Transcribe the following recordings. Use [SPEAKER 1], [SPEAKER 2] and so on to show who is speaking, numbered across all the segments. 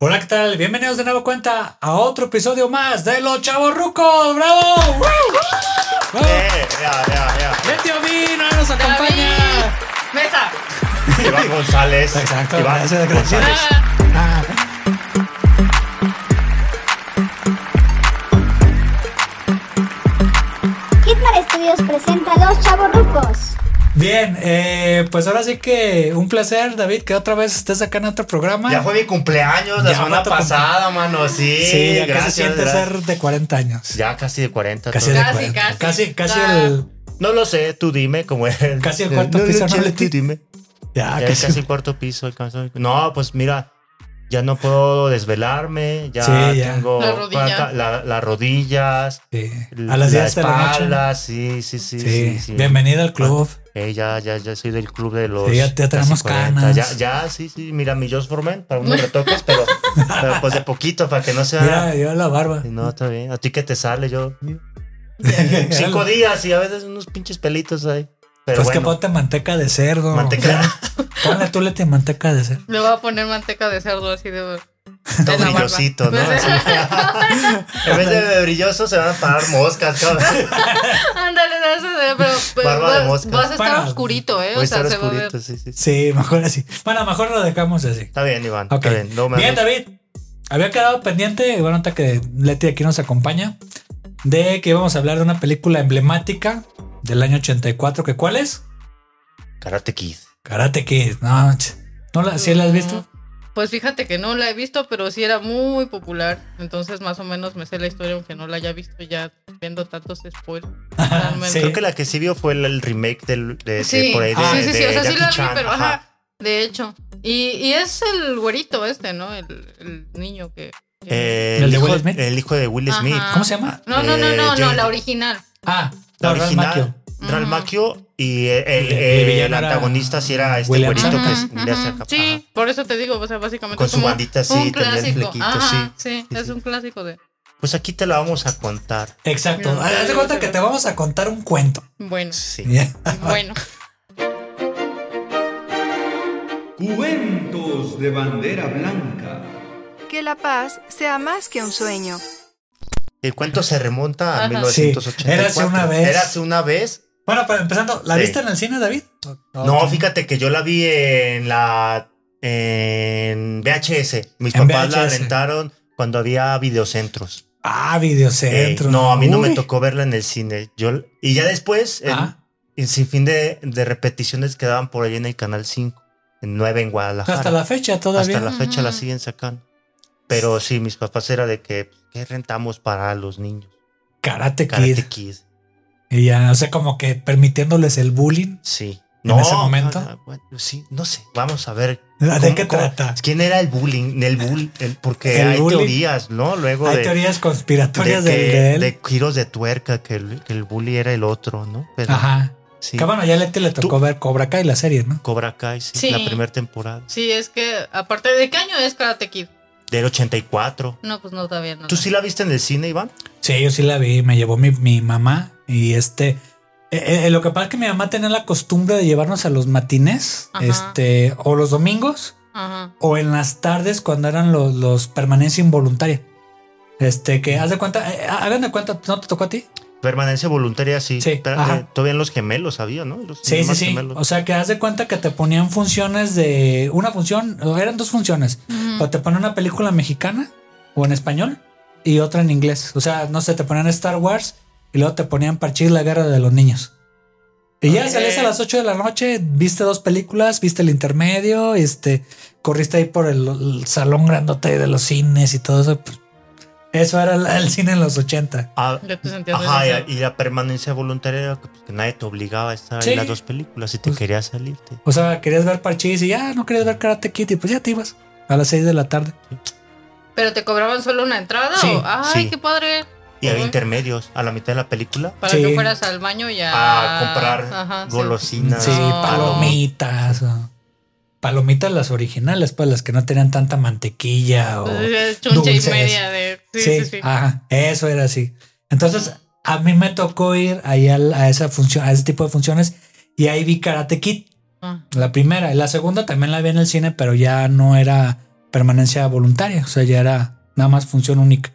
[SPEAKER 1] Hola, ¿qué tal? Bienvenidos de nuevo cuenta a otro episodio más de Los Chavos Rucos. ¡Bravo! ¡Bravo!
[SPEAKER 2] Eh, ya, ya, ya.
[SPEAKER 1] ¡El tío Vino nos acompaña!
[SPEAKER 3] Mesa.
[SPEAKER 2] Iván González.
[SPEAKER 1] Exacto,
[SPEAKER 2] Iván
[SPEAKER 1] gracias,
[SPEAKER 2] González.
[SPEAKER 1] gracias.
[SPEAKER 3] Ah,
[SPEAKER 1] Ah,
[SPEAKER 4] Hitman Studios presenta a Los Chavorrucos.
[SPEAKER 1] Bien, eh, pues ahora sí que un placer, David, que otra vez estés acá en otro programa.
[SPEAKER 2] Ya fue mi cumpleaños la
[SPEAKER 1] Ya
[SPEAKER 2] semana
[SPEAKER 1] fue tu
[SPEAKER 2] pasada, mano. Sí,
[SPEAKER 1] Sí, ya casi
[SPEAKER 2] gracias.
[SPEAKER 1] siente
[SPEAKER 2] gracias.
[SPEAKER 1] ser de 40 años.
[SPEAKER 2] Ya casi de 40.
[SPEAKER 1] Casi,
[SPEAKER 2] todo.
[SPEAKER 1] de
[SPEAKER 3] Casi,
[SPEAKER 1] 40. casi,
[SPEAKER 3] casi.
[SPEAKER 1] casi
[SPEAKER 3] Ah.
[SPEAKER 1] el.
[SPEAKER 2] No lo sé, tú dime cómo es. el-
[SPEAKER 1] Casi el cuarto
[SPEAKER 2] No, no,
[SPEAKER 1] piso, ¿no,
[SPEAKER 2] chale,
[SPEAKER 1] Leti? Ah,
[SPEAKER 2] tú dime.
[SPEAKER 1] Ya,
[SPEAKER 2] Ya es
[SPEAKER 1] casi.
[SPEAKER 2] casi el cuarto piso. alcanzó- No, pues mira, ya no puedo desvelarme. Ya
[SPEAKER 1] Sí, ya.
[SPEAKER 2] tengo
[SPEAKER 3] La rodilla.
[SPEAKER 2] acá, la- las rodillas.
[SPEAKER 1] sí. A las
[SPEAKER 2] la
[SPEAKER 1] 10 de la noche.
[SPEAKER 2] espalda, Sí, sí, sí.
[SPEAKER 1] Sí,
[SPEAKER 2] sí, sí.
[SPEAKER 1] bienvenido al club.
[SPEAKER 2] Eh, ya, ya, ya soy del club de los.
[SPEAKER 1] Sí, ya- ya
[SPEAKER 2] casi
[SPEAKER 1] tenemos
[SPEAKER 2] 40.
[SPEAKER 1] canas.
[SPEAKER 2] Ya, ya, sí, sí. Mira, mi Josh Foreman para unos retoques, pero, pero pues de poquito, para que no sea.
[SPEAKER 1] Mira, yo la barba.
[SPEAKER 2] No, está bien. A ti que te sale, yo. Cinco
[SPEAKER 1] Pues
[SPEAKER 2] días y a veces unos pinches pelitos ahí. Pero
[SPEAKER 1] que
[SPEAKER 2] bueno,
[SPEAKER 1] ponte manteca de cerdo.
[SPEAKER 2] manteca.
[SPEAKER 1] Ponle tú Leti, manteca de cerdo.
[SPEAKER 3] Le voy a poner manteca de cerdo así de.
[SPEAKER 2] todo
[SPEAKER 3] en la barba.
[SPEAKER 2] brillosito, ¿no?
[SPEAKER 3] Pues,
[SPEAKER 2] Así. en vez de brilloso se van a parar moscas, cabrón.
[SPEAKER 3] Ándale, de eso de- pero, pero pues,
[SPEAKER 2] Barba de
[SPEAKER 3] vas,
[SPEAKER 2] mosca.
[SPEAKER 3] vas a estar
[SPEAKER 1] Para-
[SPEAKER 3] oscurito, ¿eh?
[SPEAKER 2] Voy a
[SPEAKER 3] o sea,
[SPEAKER 2] estar
[SPEAKER 3] se va a ver.
[SPEAKER 2] oscurito, sí, sí.
[SPEAKER 1] Sí, mejor así. Bueno, mejor lo dejamos así.
[SPEAKER 2] Está bien, Iván.
[SPEAKER 1] Ok.
[SPEAKER 2] Está bien. No me
[SPEAKER 1] Bien, David. Había quedado pendiente, y bueno, ahorita que Leti aquí nos acompaña, de que íbamos a hablar de una película emblemática del año 84, que ¿cuál es?
[SPEAKER 2] Karate Kid.
[SPEAKER 1] Karate Kid. No, ch- ¿no la, ¿sí la has visto?
[SPEAKER 3] Pues fíjate que no la he visto, pero sí era muy popular. Entonces, más o menos me sé la historia, aunque no la haya visto ya viendo tantos spoilers.
[SPEAKER 1] Sí.
[SPEAKER 2] Creo que la que sí vio fue el, el remake del, de, de
[SPEAKER 3] Sí, Ah,
[SPEAKER 2] por ahí de,
[SPEAKER 3] sí, sí, sí,
[SPEAKER 2] de
[SPEAKER 3] o sea, sí
[SPEAKER 2] Jackie
[SPEAKER 3] la vi,
[SPEAKER 2] Chan,
[SPEAKER 3] pero
[SPEAKER 2] ajá.
[SPEAKER 3] ajá. De hecho. Y, y es el güerito este, ¿no? El, el niño que. que-
[SPEAKER 2] Eh,
[SPEAKER 1] ¿El
[SPEAKER 2] el,
[SPEAKER 1] de
[SPEAKER 2] hijo,
[SPEAKER 1] Will Smith?
[SPEAKER 2] el hijo de Will
[SPEAKER 3] Ajá.
[SPEAKER 2] Smith.
[SPEAKER 1] ¿Cómo se llama?
[SPEAKER 3] No, no, no,
[SPEAKER 2] eh,
[SPEAKER 3] no, no,
[SPEAKER 2] Jane-
[SPEAKER 3] la original.
[SPEAKER 1] Ah,
[SPEAKER 2] La
[SPEAKER 1] Ralph
[SPEAKER 2] original.
[SPEAKER 1] Macchio.
[SPEAKER 2] Real
[SPEAKER 3] Ujú.
[SPEAKER 2] Macchio y el, el,
[SPEAKER 1] Y el
[SPEAKER 2] el
[SPEAKER 1] villano era
[SPEAKER 2] antagonista sí era este
[SPEAKER 1] William
[SPEAKER 2] güerito
[SPEAKER 1] Shatner.
[SPEAKER 2] que
[SPEAKER 3] Ujú,
[SPEAKER 2] es- le hace
[SPEAKER 3] ujú.
[SPEAKER 2] acá.
[SPEAKER 3] Sí, por eso te digo, o sea, básicamente
[SPEAKER 2] Con
[SPEAKER 3] es
[SPEAKER 2] su
[SPEAKER 3] como
[SPEAKER 2] bandita así,
[SPEAKER 3] un
[SPEAKER 2] tenía el
[SPEAKER 3] clásico.
[SPEAKER 2] flequito,
[SPEAKER 3] Ajá, sí,
[SPEAKER 2] sí,
[SPEAKER 3] es
[SPEAKER 2] sí.
[SPEAKER 3] un clásico de.
[SPEAKER 2] Ajá. Pues aquí te la vamos a contar.
[SPEAKER 1] Exacto.
[SPEAKER 3] No,
[SPEAKER 1] Haz de
[SPEAKER 3] no,
[SPEAKER 1] cuenta
[SPEAKER 3] no,
[SPEAKER 1] que
[SPEAKER 3] no.
[SPEAKER 1] te vamos a contar un cuento.
[SPEAKER 3] Bueno,
[SPEAKER 2] Sí.
[SPEAKER 3] bueno.
[SPEAKER 5] Cuentos de bandera blanca.
[SPEAKER 6] Que la paz sea más que un sueño.
[SPEAKER 2] El cuento se remonta a
[SPEAKER 3] Ajá.
[SPEAKER 2] 1984.
[SPEAKER 1] Érase una vez.
[SPEAKER 2] Érase una vez.
[SPEAKER 1] Bueno, pero empezando, ¿la
[SPEAKER 2] Sí.
[SPEAKER 1] viste en el cine, David? Ah,
[SPEAKER 2] No, fíjate que yo la vi en la en VHS. Mis
[SPEAKER 1] En
[SPEAKER 2] papás la
[SPEAKER 1] VHS.
[SPEAKER 2] rentaron cuando había videocentros.
[SPEAKER 1] Ah,
[SPEAKER 2] Eh,
[SPEAKER 1] videocentro.
[SPEAKER 2] no, a mí no me
[SPEAKER 1] Uy.
[SPEAKER 2] tocó verla en el cine. Yo y ya después en-
[SPEAKER 1] Ah,
[SPEAKER 2] Y sin fin de, de repeticiones que daban por ahí en el Canal 5, en 9 en Guadalajara.
[SPEAKER 1] hasta la fecha todavía.
[SPEAKER 2] Hasta la fecha la
[SPEAKER 3] Ujú.
[SPEAKER 2] siguen sacando. Pero sí, mis papás era de que, ¿qué rentamos para los niños?
[SPEAKER 1] Karate, Kid.
[SPEAKER 2] Karate Kid.
[SPEAKER 1] Y ya, o sea, como que permitiéndoles el bullying.
[SPEAKER 2] Sí.
[SPEAKER 1] ¿En ese momento?
[SPEAKER 2] ah, bueno, sí, no sé. Vamos a ver.
[SPEAKER 1] ¿De
[SPEAKER 2] cómo-
[SPEAKER 1] qué
[SPEAKER 2] cómo-
[SPEAKER 1] trata?
[SPEAKER 2] ¿Quién era el bullying? El bull, el- porque
[SPEAKER 1] El
[SPEAKER 2] hay
[SPEAKER 1] bullying.
[SPEAKER 2] teorías, ¿no? Luego
[SPEAKER 1] Hay
[SPEAKER 2] de,
[SPEAKER 1] teorías
[SPEAKER 2] de,
[SPEAKER 1] conspiratorias
[SPEAKER 2] que-
[SPEAKER 1] del- de él.
[SPEAKER 2] de giros de tuerca, que el, que el bully era el otro, ¿no? Pero,
[SPEAKER 1] Ajá.
[SPEAKER 2] sí.
[SPEAKER 1] Que bueno, ya a Leti le tocó
[SPEAKER 2] Tú-
[SPEAKER 1] ver Cobra Kai, la serie, ¿no?
[SPEAKER 2] Cobra Kai, sí,
[SPEAKER 3] Sí.
[SPEAKER 2] la primera temporada.
[SPEAKER 3] Sí, es que aparte de qué año es Karate Kid.
[SPEAKER 2] Del 84.
[SPEAKER 3] No, pues no todavía no.
[SPEAKER 2] ¿Tú sí la viste en el cine, Iván?
[SPEAKER 1] Sí, yo sí la vi. Me llevó mi, mi mamá y este. eh, eh, lo que pasa es que mi mamá tenía la costumbre de llevarnos a los matines,
[SPEAKER 3] Ajá.
[SPEAKER 1] este, o los domingos,
[SPEAKER 3] Ajá.
[SPEAKER 1] o en las tardes cuando eran los, los permanencia involuntaria. Este, que haz de cuenta, eh, hagan de cuenta, ¿no te tocó a ti?
[SPEAKER 2] Permanencia voluntaria, sí.
[SPEAKER 1] Sí,
[SPEAKER 2] Pero,
[SPEAKER 1] ajá.
[SPEAKER 2] eh, todavía en los gemelos había, ¿no? Los
[SPEAKER 1] Sí, sí,
[SPEAKER 2] demás
[SPEAKER 1] sí.
[SPEAKER 2] gemelos.
[SPEAKER 1] O sea, que haz de cuenta que te ponían funciones de una función, o eran dos funciones. O te ponen una película mexicana o en español y otra en inglés. O sea, no sé, te ponían Star Wars y luego te ponían Parchís la guerra de los niños. Y ya
[SPEAKER 3] Ok.
[SPEAKER 1] salías a las 8 de la noche, viste dos películas, viste el intermedio, este, corriste ahí por el, el salón grandote de los cines y todo eso. pues, eso era la- el cine en los 80.
[SPEAKER 2] Ah,
[SPEAKER 3] Ya te sentías
[SPEAKER 2] ajá,
[SPEAKER 3] demasiado.
[SPEAKER 2] y, y la permanencia voluntaria era que, pues, que nadie te obligaba a estar
[SPEAKER 1] Sí.
[SPEAKER 2] en las dos películas y te
[SPEAKER 1] Pues-
[SPEAKER 2] querías salirte.
[SPEAKER 1] O sea, querías ver Parchís y ya no querías ver Karate Kid y pues ya te ibas a las 6 de la tarde.
[SPEAKER 3] Pero te cobraban solo una entrada
[SPEAKER 1] Sí,
[SPEAKER 3] o ay,
[SPEAKER 2] sí.
[SPEAKER 3] qué padre.
[SPEAKER 2] Y había
[SPEAKER 3] Ujú.
[SPEAKER 2] intermedios a la mitad de la película
[SPEAKER 3] Para
[SPEAKER 1] Sí.
[SPEAKER 3] que fueras al baño y a,
[SPEAKER 2] a comprar
[SPEAKER 3] Ah, Ajá, sí. Oh,
[SPEAKER 2] golosinas.
[SPEAKER 1] Sí,
[SPEAKER 3] No.
[SPEAKER 1] palomitas. o- Palomitas las originales, pues las que no tenían tanta mantequilla o...
[SPEAKER 3] Entonces, Chunche y
[SPEAKER 1] dulces.
[SPEAKER 3] media de. Sí, sí,
[SPEAKER 2] Ah,
[SPEAKER 3] sí.
[SPEAKER 1] Ajá, eso era así. Entonces, a mí me tocó ir ahí al- a, esa función, a ese tipo de funciones y ahí vi Karate Kid,
[SPEAKER 3] Ah.
[SPEAKER 1] la primera. Y La segunda también la vi en el cine, pero ya no era permanencia voluntaria. O sea, ya era nada más función única.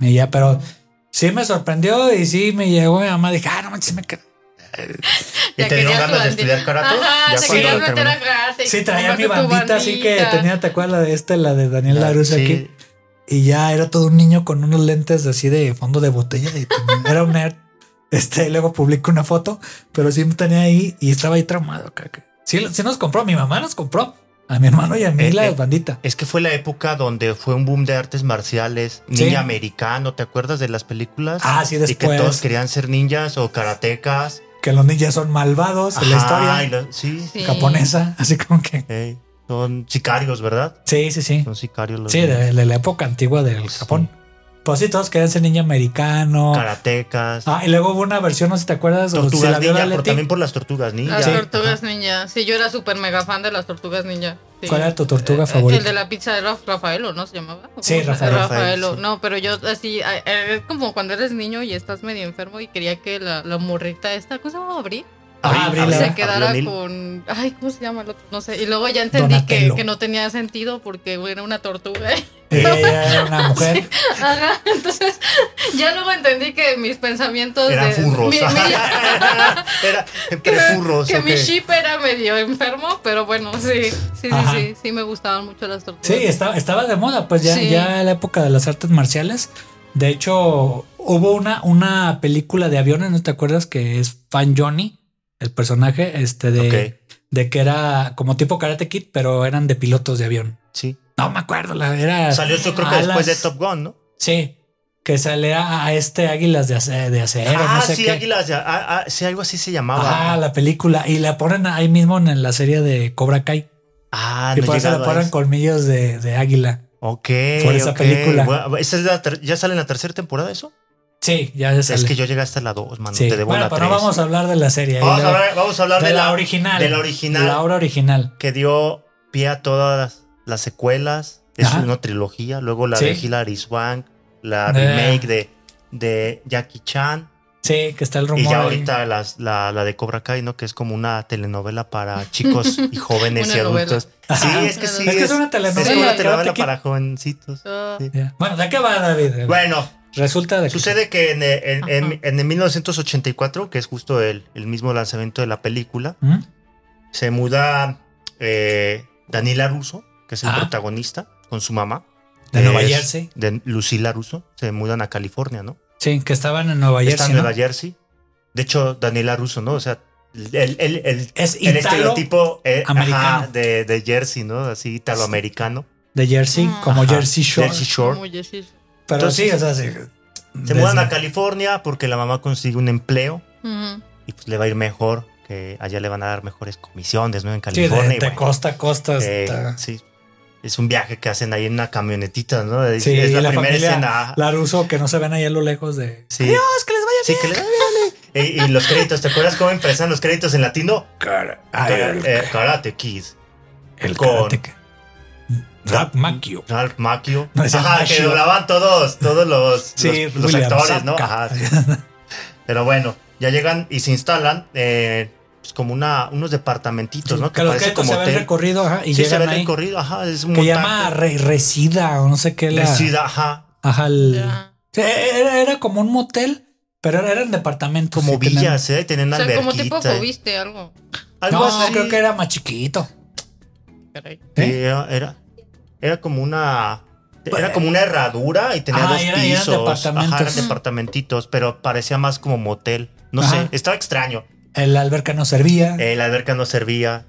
[SPEAKER 1] Y ya, pero sí me sorprendió y sí me llegó mi mamá. Dije, ah, no manches, me quedé.
[SPEAKER 2] ¿Y
[SPEAKER 3] Ya
[SPEAKER 2] te dieron
[SPEAKER 3] querías
[SPEAKER 2] ganas de
[SPEAKER 3] tu
[SPEAKER 2] estudiar
[SPEAKER 3] bandi-
[SPEAKER 2] karate?
[SPEAKER 3] Ajá,
[SPEAKER 2] Ya
[SPEAKER 3] te
[SPEAKER 2] cuando
[SPEAKER 3] querías meter
[SPEAKER 2] terminé.
[SPEAKER 3] a karate.
[SPEAKER 1] Sí, traía mi
[SPEAKER 3] Compraste tu
[SPEAKER 1] bandita, así que
[SPEAKER 3] bandita.
[SPEAKER 1] tenía, ¿te acuerdas la de esta, la de Daniel Laruso
[SPEAKER 2] Sí.
[SPEAKER 1] aquí? Y ya era todo un niño con unos lentes así de fondo de botella. de- era un nerd. Este, y luego publico una foto, pero sí me tenía ahí y estaba ahí traumado. caca. Sí, sí nos compró, mi mamá nos compró. A mi hermano y a mí
[SPEAKER 2] Eh,
[SPEAKER 1] la
[SPEAKER 2] eh.
[SPEAKER 1] bandita.
[SPEAKER 2] Es que fue la época donde fue un boom de artes marciales,
[SPEAKER 1] Sí.
[SPEAKER 2] ninja americano, ¿te acuerdas de las películas?
[SPEAKER 1] Ah, sí,
[SPEAKER 2] Y que
[SPEAKER 1] después.
[SPEAKER 2] todos querían ser ninjas o karatecas.
[SPEAKER 1] Que los ninjas son malvados en la
[SPEAKER 2] Ajá, y
[SPEAKER 1] historia
[SPEAKER 2] lo- sí,
[SPEAKER 3] Sí.
[SPEAKER 1] japonesa. Así como que.
[SPEAKER 2] Ey, son sicarios, ¿verdad?
[SPEAKER 1] Sí, sí, sí.
[SPEAKER 2] Son sicarios los
[SPEAKER 1] Sí,
[SPEAKER 2] ninjas.
[SPEAKER 1] de, de la época antigua del
[SPEAKER 2] Sí.
[SPEAKER 1] Japón. Pues sí, todos querían ser ninja americano.
[SPEAKER 2] karatecas,
[SPEAKER 1] Ah, y luego hubo una versión, no sé si te acuerdas, o si
[SPEAKER 2] tortugas
[SPEAKER 1] la vio la
[SPEAKER 2] ninja, por-
[SPEAKER 1] Leti.
[SPEAKER 2] también por las tortugas ninja.
[SPEAKER 3] Las
[SPEAKER 1] Sí.
[SPEAKER 3] tortugas ninja. Sí, yo era súper mega fan de las tortugas ninja. Sí.
[SPEAKER 1] ¿Cuál era tu tortuga
[SPEAKER 3] Eh, El
[SPEAKER 1] favorita?
[SPEAKER 3] de la pizza de Raf- Rafaelo, ¿no se llamaba? ¿O
[SPEAKER 1] Sí,
[SPEAKER 3] cómo se-
[SPEAKER 1] Rafaelo.
[SPEAKER 3] Rafaelo.
[SPEAKER 2] sí.
[SPEAKER 3] No, pero yo así, eh, eh, es como cuando eres niño y estás medio enfermo y quería que la, la morrita esta, ¿cómo se llama? Abril,
[SPEAKER 1] Ah, Abril,
[SPEAKER 2] Abril,
[SPEAKER 1] la-
[SPEAKER 3] se
[SPEAKER 1] Abril
[SPEAKER 3] quedara
[SPEAKER 2] O'Neil.
[SPEAKER 3] con... Ay, ¿cómo se llama? el otro? No sé. Y luego ya entendí que,
[SPEAKER 1] Donatello.
[SPEAKER 3] que no tenía sentido porque güey, era una tortuga.
[SPEAKER 1] Ella Eh, era una mujer.
[SPEAKER 3] Ajá, entonces ya luego entendí que mis pensamientos...
[SPEAKER 2] Eran
[SPEAKER 3] de-
[SPEAKER 2] furros.
[SPEAKER 3] mi- mi-
[SPEAKER 2] Era
[SPEAKER 3] que,
[SPEAKER 2] entre furros.
[SPEAKER 3] que
[SPEAKER 2] ¿o
[SPEAKER 3] mi
[SPEAKER 2] qué?
[SPEAKER 3] ship era medio enfermo, pero bueno, sí, sí, sí,
[SPEAKER 1] Ajá.
[SPEAKER 3] sí, sí, me gustaban mucho las tortugas.
[SPEAKER 1] Sí, estaba, estaba de moda, pues ya,
[SPEAKER 3] Sí.
[SPEAKER 1] ya la época de las artes marciales. De hecho, hubo una, una película de aviones, ¿no te acuerdas? Que es Fan Johnny, el personaje este de,
[SPEAKER 2] Ok,
[SPEAKER 1] de que era como tipo Karate Kid, pero eran de pilotos de avión.
[SPEAKER 2] sí.
[SPEAKER 1] No me acuerdo, la era.
[SPEAKER 2] Salió yo creo que
[SPEAKER 1] Alas.
[SPEAKER 2] después de Top Gun, ¿no?
[SPEAKER 1] Sí, que salía a este Águilas de, ace- de Acero,
[SPEAKER 2] ah,
[SPEAKER 1] no sé
[SPEAKER 2] sí,
[SPEAKER 1] qué.
[SPEAKER 2] Águilas, ya, ah, ah, sí, algo así se llamaba.
[SPEAKER 1] Ah, la película. Y la ponen ahí mismo en la serie de Cobra Kai.
[SPEAKER 2] Ah,
[SPEAKER 1] y
[SPEAKER 2] no
[SPEAKER 1] por
[SPEAKER 2] he
[SPEAKER 1] eso
[SPEAKER 2] llegado
[SPEAKER 1] le
[SPEAKER 2] a
[SPEAKER 1] ponen
[SPEAKER 2] eso.
[SPEAKER 1] colmillos de, de águila.
[SPEAKER 2] Ok.
[SPEAKER 1] por esa
[SPEAKER 2] ok.
[SPEAKER 1] película.
[SPEAKER 2] Bueno, ¿esa es la ter- ¿Ya sale en la tercera temporada eso?
[SPEAKER 1] Sí, ya se sale.
[SPEAKER 2] Es que yo llegué hasta la 2, mano.
[SPEAKER 1] Sí.
[SPEAKER 2] Te debo
[SPEAKER 1] Bueno,
[SPEAKER 2] la
[SPEAKER 1] pero no
[SPEAKER 2] 3.
[SPEAKER 1] vamos a hablar de la serie.
[SPEAKER 2] Vamos
[SPEAKER 1] de,
[SPEAKER 2] a hablar, vamos a hablar
[SPEAKER 1] de
[SPEAKER 2] de,
[SPEAKER 1] la, original.
[SPEAKER 2] De la original.
[SPEAKER 1] De la obra original.
[SPEAKER 2] que dio pie a todas las, las secuelas. Es
[SPEAKER 1] Ajá.
[SPEAKER 2] una trilogía. Luego la
[SPEAKER 1] Sí.
[SPEAKER 2] de Hilary Swank, la
[SPEAKER 1] Eh.
[SPEAKER 2] remake de, de Jackie Chan.
[SPEAKER 1] Sí, que está el rumor.
[SPEAKER 2] Y ya
[SPEAKER 1] ahí.
[SPEAKER 2] ahorita las- la, la de Cobra Kai, ¿no? Que es como una telenovela para chicos y jóvenes y
[SPEAKER 3] Una novela.
[SPEAKER 2] adultos. Sí, es que
[SPEAKER 3] Una
[SPEAKER 2] sí.
[SPEAKER 3] novela.
[SPEAKER 1] Es que es una telenovela.
[SPEAKER 2] es como una
[SPEAKER 3] Karate
[SPEAKER 2] telenovela
[SPEAKER 1] Kid.
[SPEAKER 2] para jovencitos.
[SPEAKER 3] Ah,
[SPEAKER 2] Sí.
[SPEAKER 1] Ya. Bueno, ¿de qué va David?
[SPEAKER 2] Bueno,
[SPEAKER 1] Resulta de que
[SPEAKER 2] Sucede que en, en- en-
[SPEAKER 3] Ajá.
[SPEAKER 2] en el 1984, que es justo el, el mismo lanzamiento de la película,
[SPEAKER 1] ¿Mm?
[SPEAKER 2] se muda eh, Daniela Russo, que es el
[SPEAKER 1] Ah.
[SPEAKER 2] protagonista, con su mamá.
[SPEAKER 1] de
[SPEAKER 2] que
[SPEAKER 1] Nueva
[SPEAKER 2] es
[SPEAKER 1] Jersey.
[SPEAKER 2] De Lucila Russo. Se mudan a California, ¿no?
[SPEAKER 1] Sí, que estaban en Nueva Jersey.
[SPEAKER 2] Está en
[SPEAKER 1] ¿no?
[SPEAKER 2] Nueva Jersey. De hecho, Daniela Russo, ¿no? O sea, el, el- el-
[SPEAKER 1] Es
[SPEAKER 2] el
[SPEAKER 1] Italo
[SPEAKER 2] estereotipo eh, ajá,
[SPEAKER 1] americano.
[SPEAKER 2] de, de Jersey, ¿no? Así italoamericano.
[SPEAKER 1] de Jersey,
[SPEAKER 3] Ah.
[SPEAKER 1] como
[SPEAKER 2] Ajá,
[SPEAKER 1] Jersey Shore.
[SPEAKER 2] Jersey Shore.
[SPEAKER 3] como Jessie.
[SPEAKER 1] Pero
[SPEAKER 2] Entonces,
[SPEAKER 1] sí, o sea, sí.
[SPEAKER 2] Se mudan a California porque la mamá consigue un empleo.
[SPEAKER 3] Ujú.
[SPEAKER 2] y pues le va a ir mejor, que allá le van a dar mejores comisiones, ¿no?
[SPEAKER 1] Sí,
[SPEAKER 2] En
[SPEAKER 1] de,
[SPEAKER 2] California. y
[SPEAKER 1] de
[SPEAKER 2] bueno,
[SPEAKER 1] costa a costa.
[SPEAKER 2] eh,
[SPEAKER 1] hasta-
[SPEAKER 2] sí. Es un viaje que hacen ahí en una camionetita, ¿no? Es,
[SPEAKER 1] Sí,
[SPEAKER 2] es la,
[SPEAKER 1] la
[SPEAKER 2] primera
[SPEAKER 1] familia-
[SPEAKER 2] escena.
[SPEAKER 1] La ruso que no se ven ahí a lo lejos de.
[SPEAKER 2] Sí.
[SPEAKER 1] Dios, que les vaya
[SPEAKER 2] Sí, que le- y, y los créditos, ¿te acuerdas cómo empezaron los créditos en latino?
[SPEAKER 1] Cara-
[SPEAKER 2] Car-
[SPEAKER 1] el,
[SPEAKER 2] eh, karate Kids,
[SPEAKER 1] el
[SPEAKER 2] con-
[SPEAKER 1] karateka. Rap Macchio.
[SPEAKER 2] Ralph Macchio.
[SPEAKER 1] No, es
[SPEAKER 2] Ajá, que
[SPEAKER 1] Macchio.
[SPEAKER 2] doblaban todos, todos los,
[SPEAKER 1] Sí,
[SPEAKER 2] los- los
[SPEAKER 1] William
[SPEAKER 2] actores, ¿no?
[SPEAKER 1] Zabka.
[SPEAKER 2] Ajá, sí. Pero bueno, ya llegan y se instalan eh, pues como una, unos departamentitos, ¿no?
[SPEAKER 1] que los
[SPEAKER 2] parece
[SPEAKER 1] créditos se ven recorrido, ajá, y
[SPEAKER 2] sí, se
[SPEAKER 1] llegan
[SPEAKER 2] ve
[SPEAKER 1] ahí.
[SPEAKER 2] recorrido, ajá, es un
[SPEAKER 1] Que
[SPEAKER 2] montaje.
[SPEAKER 1] llama Re- Resida o no sé qué. La,
[SPEAKER 2] Resida, ajá.
[SPEAKER 1] Ajá, el-
[SPEAKER 3] Ya.
[SPEAKER 1] Sí, e-, era, era como un motel, pero era- eran departamentos.
[SPEAKER 2] Como
[SPEAKER 1] sí, tenían-
[SPEAKER 2] villas, ¿eh? Tenían
[SPEAKER 3] O
[SPEAKER 2] una
[SPEAKER 3] sea, como tipo
[SPEAKER 2] alberquita.
[SPEAKER 3] viste algo.
[SPEAKER 2] Algo
[SPEAKER 1] No,
[SPEAKER 2] así.
[SPEAKER 1] creo que era más chiquito.
[SPEAKER 3] Caray.
[SPEAKER 2] Sí,
[SPEAKER 1] ¿eh?
[SPEAKER 2] era, era, era como una...
[SPEAKER 1] Pues-
[SPEAKER 2] Era como una herradura y tenía
[SPEAKER 1] Ah,
[SPEAKER 2] dos
[SPEAKER 1] y era- y eran
[SPEAKER 2] pisos. Ajá,
[SPEAKER 1] departamentos.
[SPEAKER 2] eran departamentitos, pero parecía más como motel. No
[SPEAKER 1] Ajá.
[SPEAKER 2] sé, estaba extraño.
[SPEAKER 1] El alberca no servía.
[SPEAKER 2] Eh, la alberca no servía.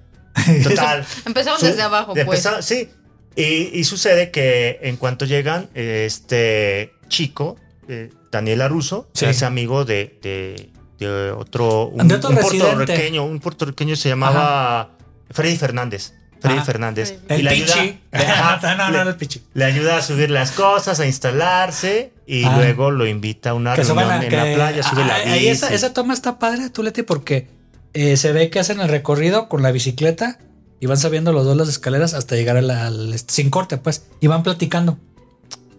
[SPEAKER 2] Total.
[SPEAKER 3] Empezaron
[SPEAKER 2] Su-
[SPEAKER 3] desde abajo,
[SPEAKER 2] de
[SPEAKER 3] pues.
[SPEAKER 2] empezar- sí. Y, y sucede que en cuanto llegan, este chico, eh, Daniela Russo,
[SPEAKER 1] Sí.
[SPEAKER 2] se hace amigo de, de- de otro, un,
[SPEAKER 1] De otro
[SPEAKER 2] un
[SPEAKER 1] residente.
[SPEAKER 2] puertorriqueño. Un puertorriqueño se llamaba Freddy Fernández. Freddy
[SPEAKER 1] Ajá.
[SPEAKER 2] Fernández.
[SPEAKER 1] Ah. el
[SPEAKER 2] le
[SPEAKER 1] pichi.
[SPEAKER 2] ayuda,
[SPEAKER 1] no, no,
[SPEAKER 2] le-
[SPEAKER 1] no, el pichi.
[SPEAKER 2] le ayuda a subir las cosas, a instalarse y
[SPEAKER 1] Ah.
[SPEAKER 2] luego lo invita a una
[SPEAKER 1] que
[SPEAKER 2] reunión
[SPEAKER 1] suban a-
[SPEAKER 2] en
[SPEAKER 1] que-
[SPEAKER 2] la playa, sube la
[SPEAKER 1] ah, ahí
[SPEAKER 2] bici.
[SPEAKER 1] esa, esa toma está padre, tú Leti, porque eh, se ve que hacen el recorrido con la bicicleta y van subiendo los dos las escaleras hasta llegar al, al- sin corte, pues, y van platicando.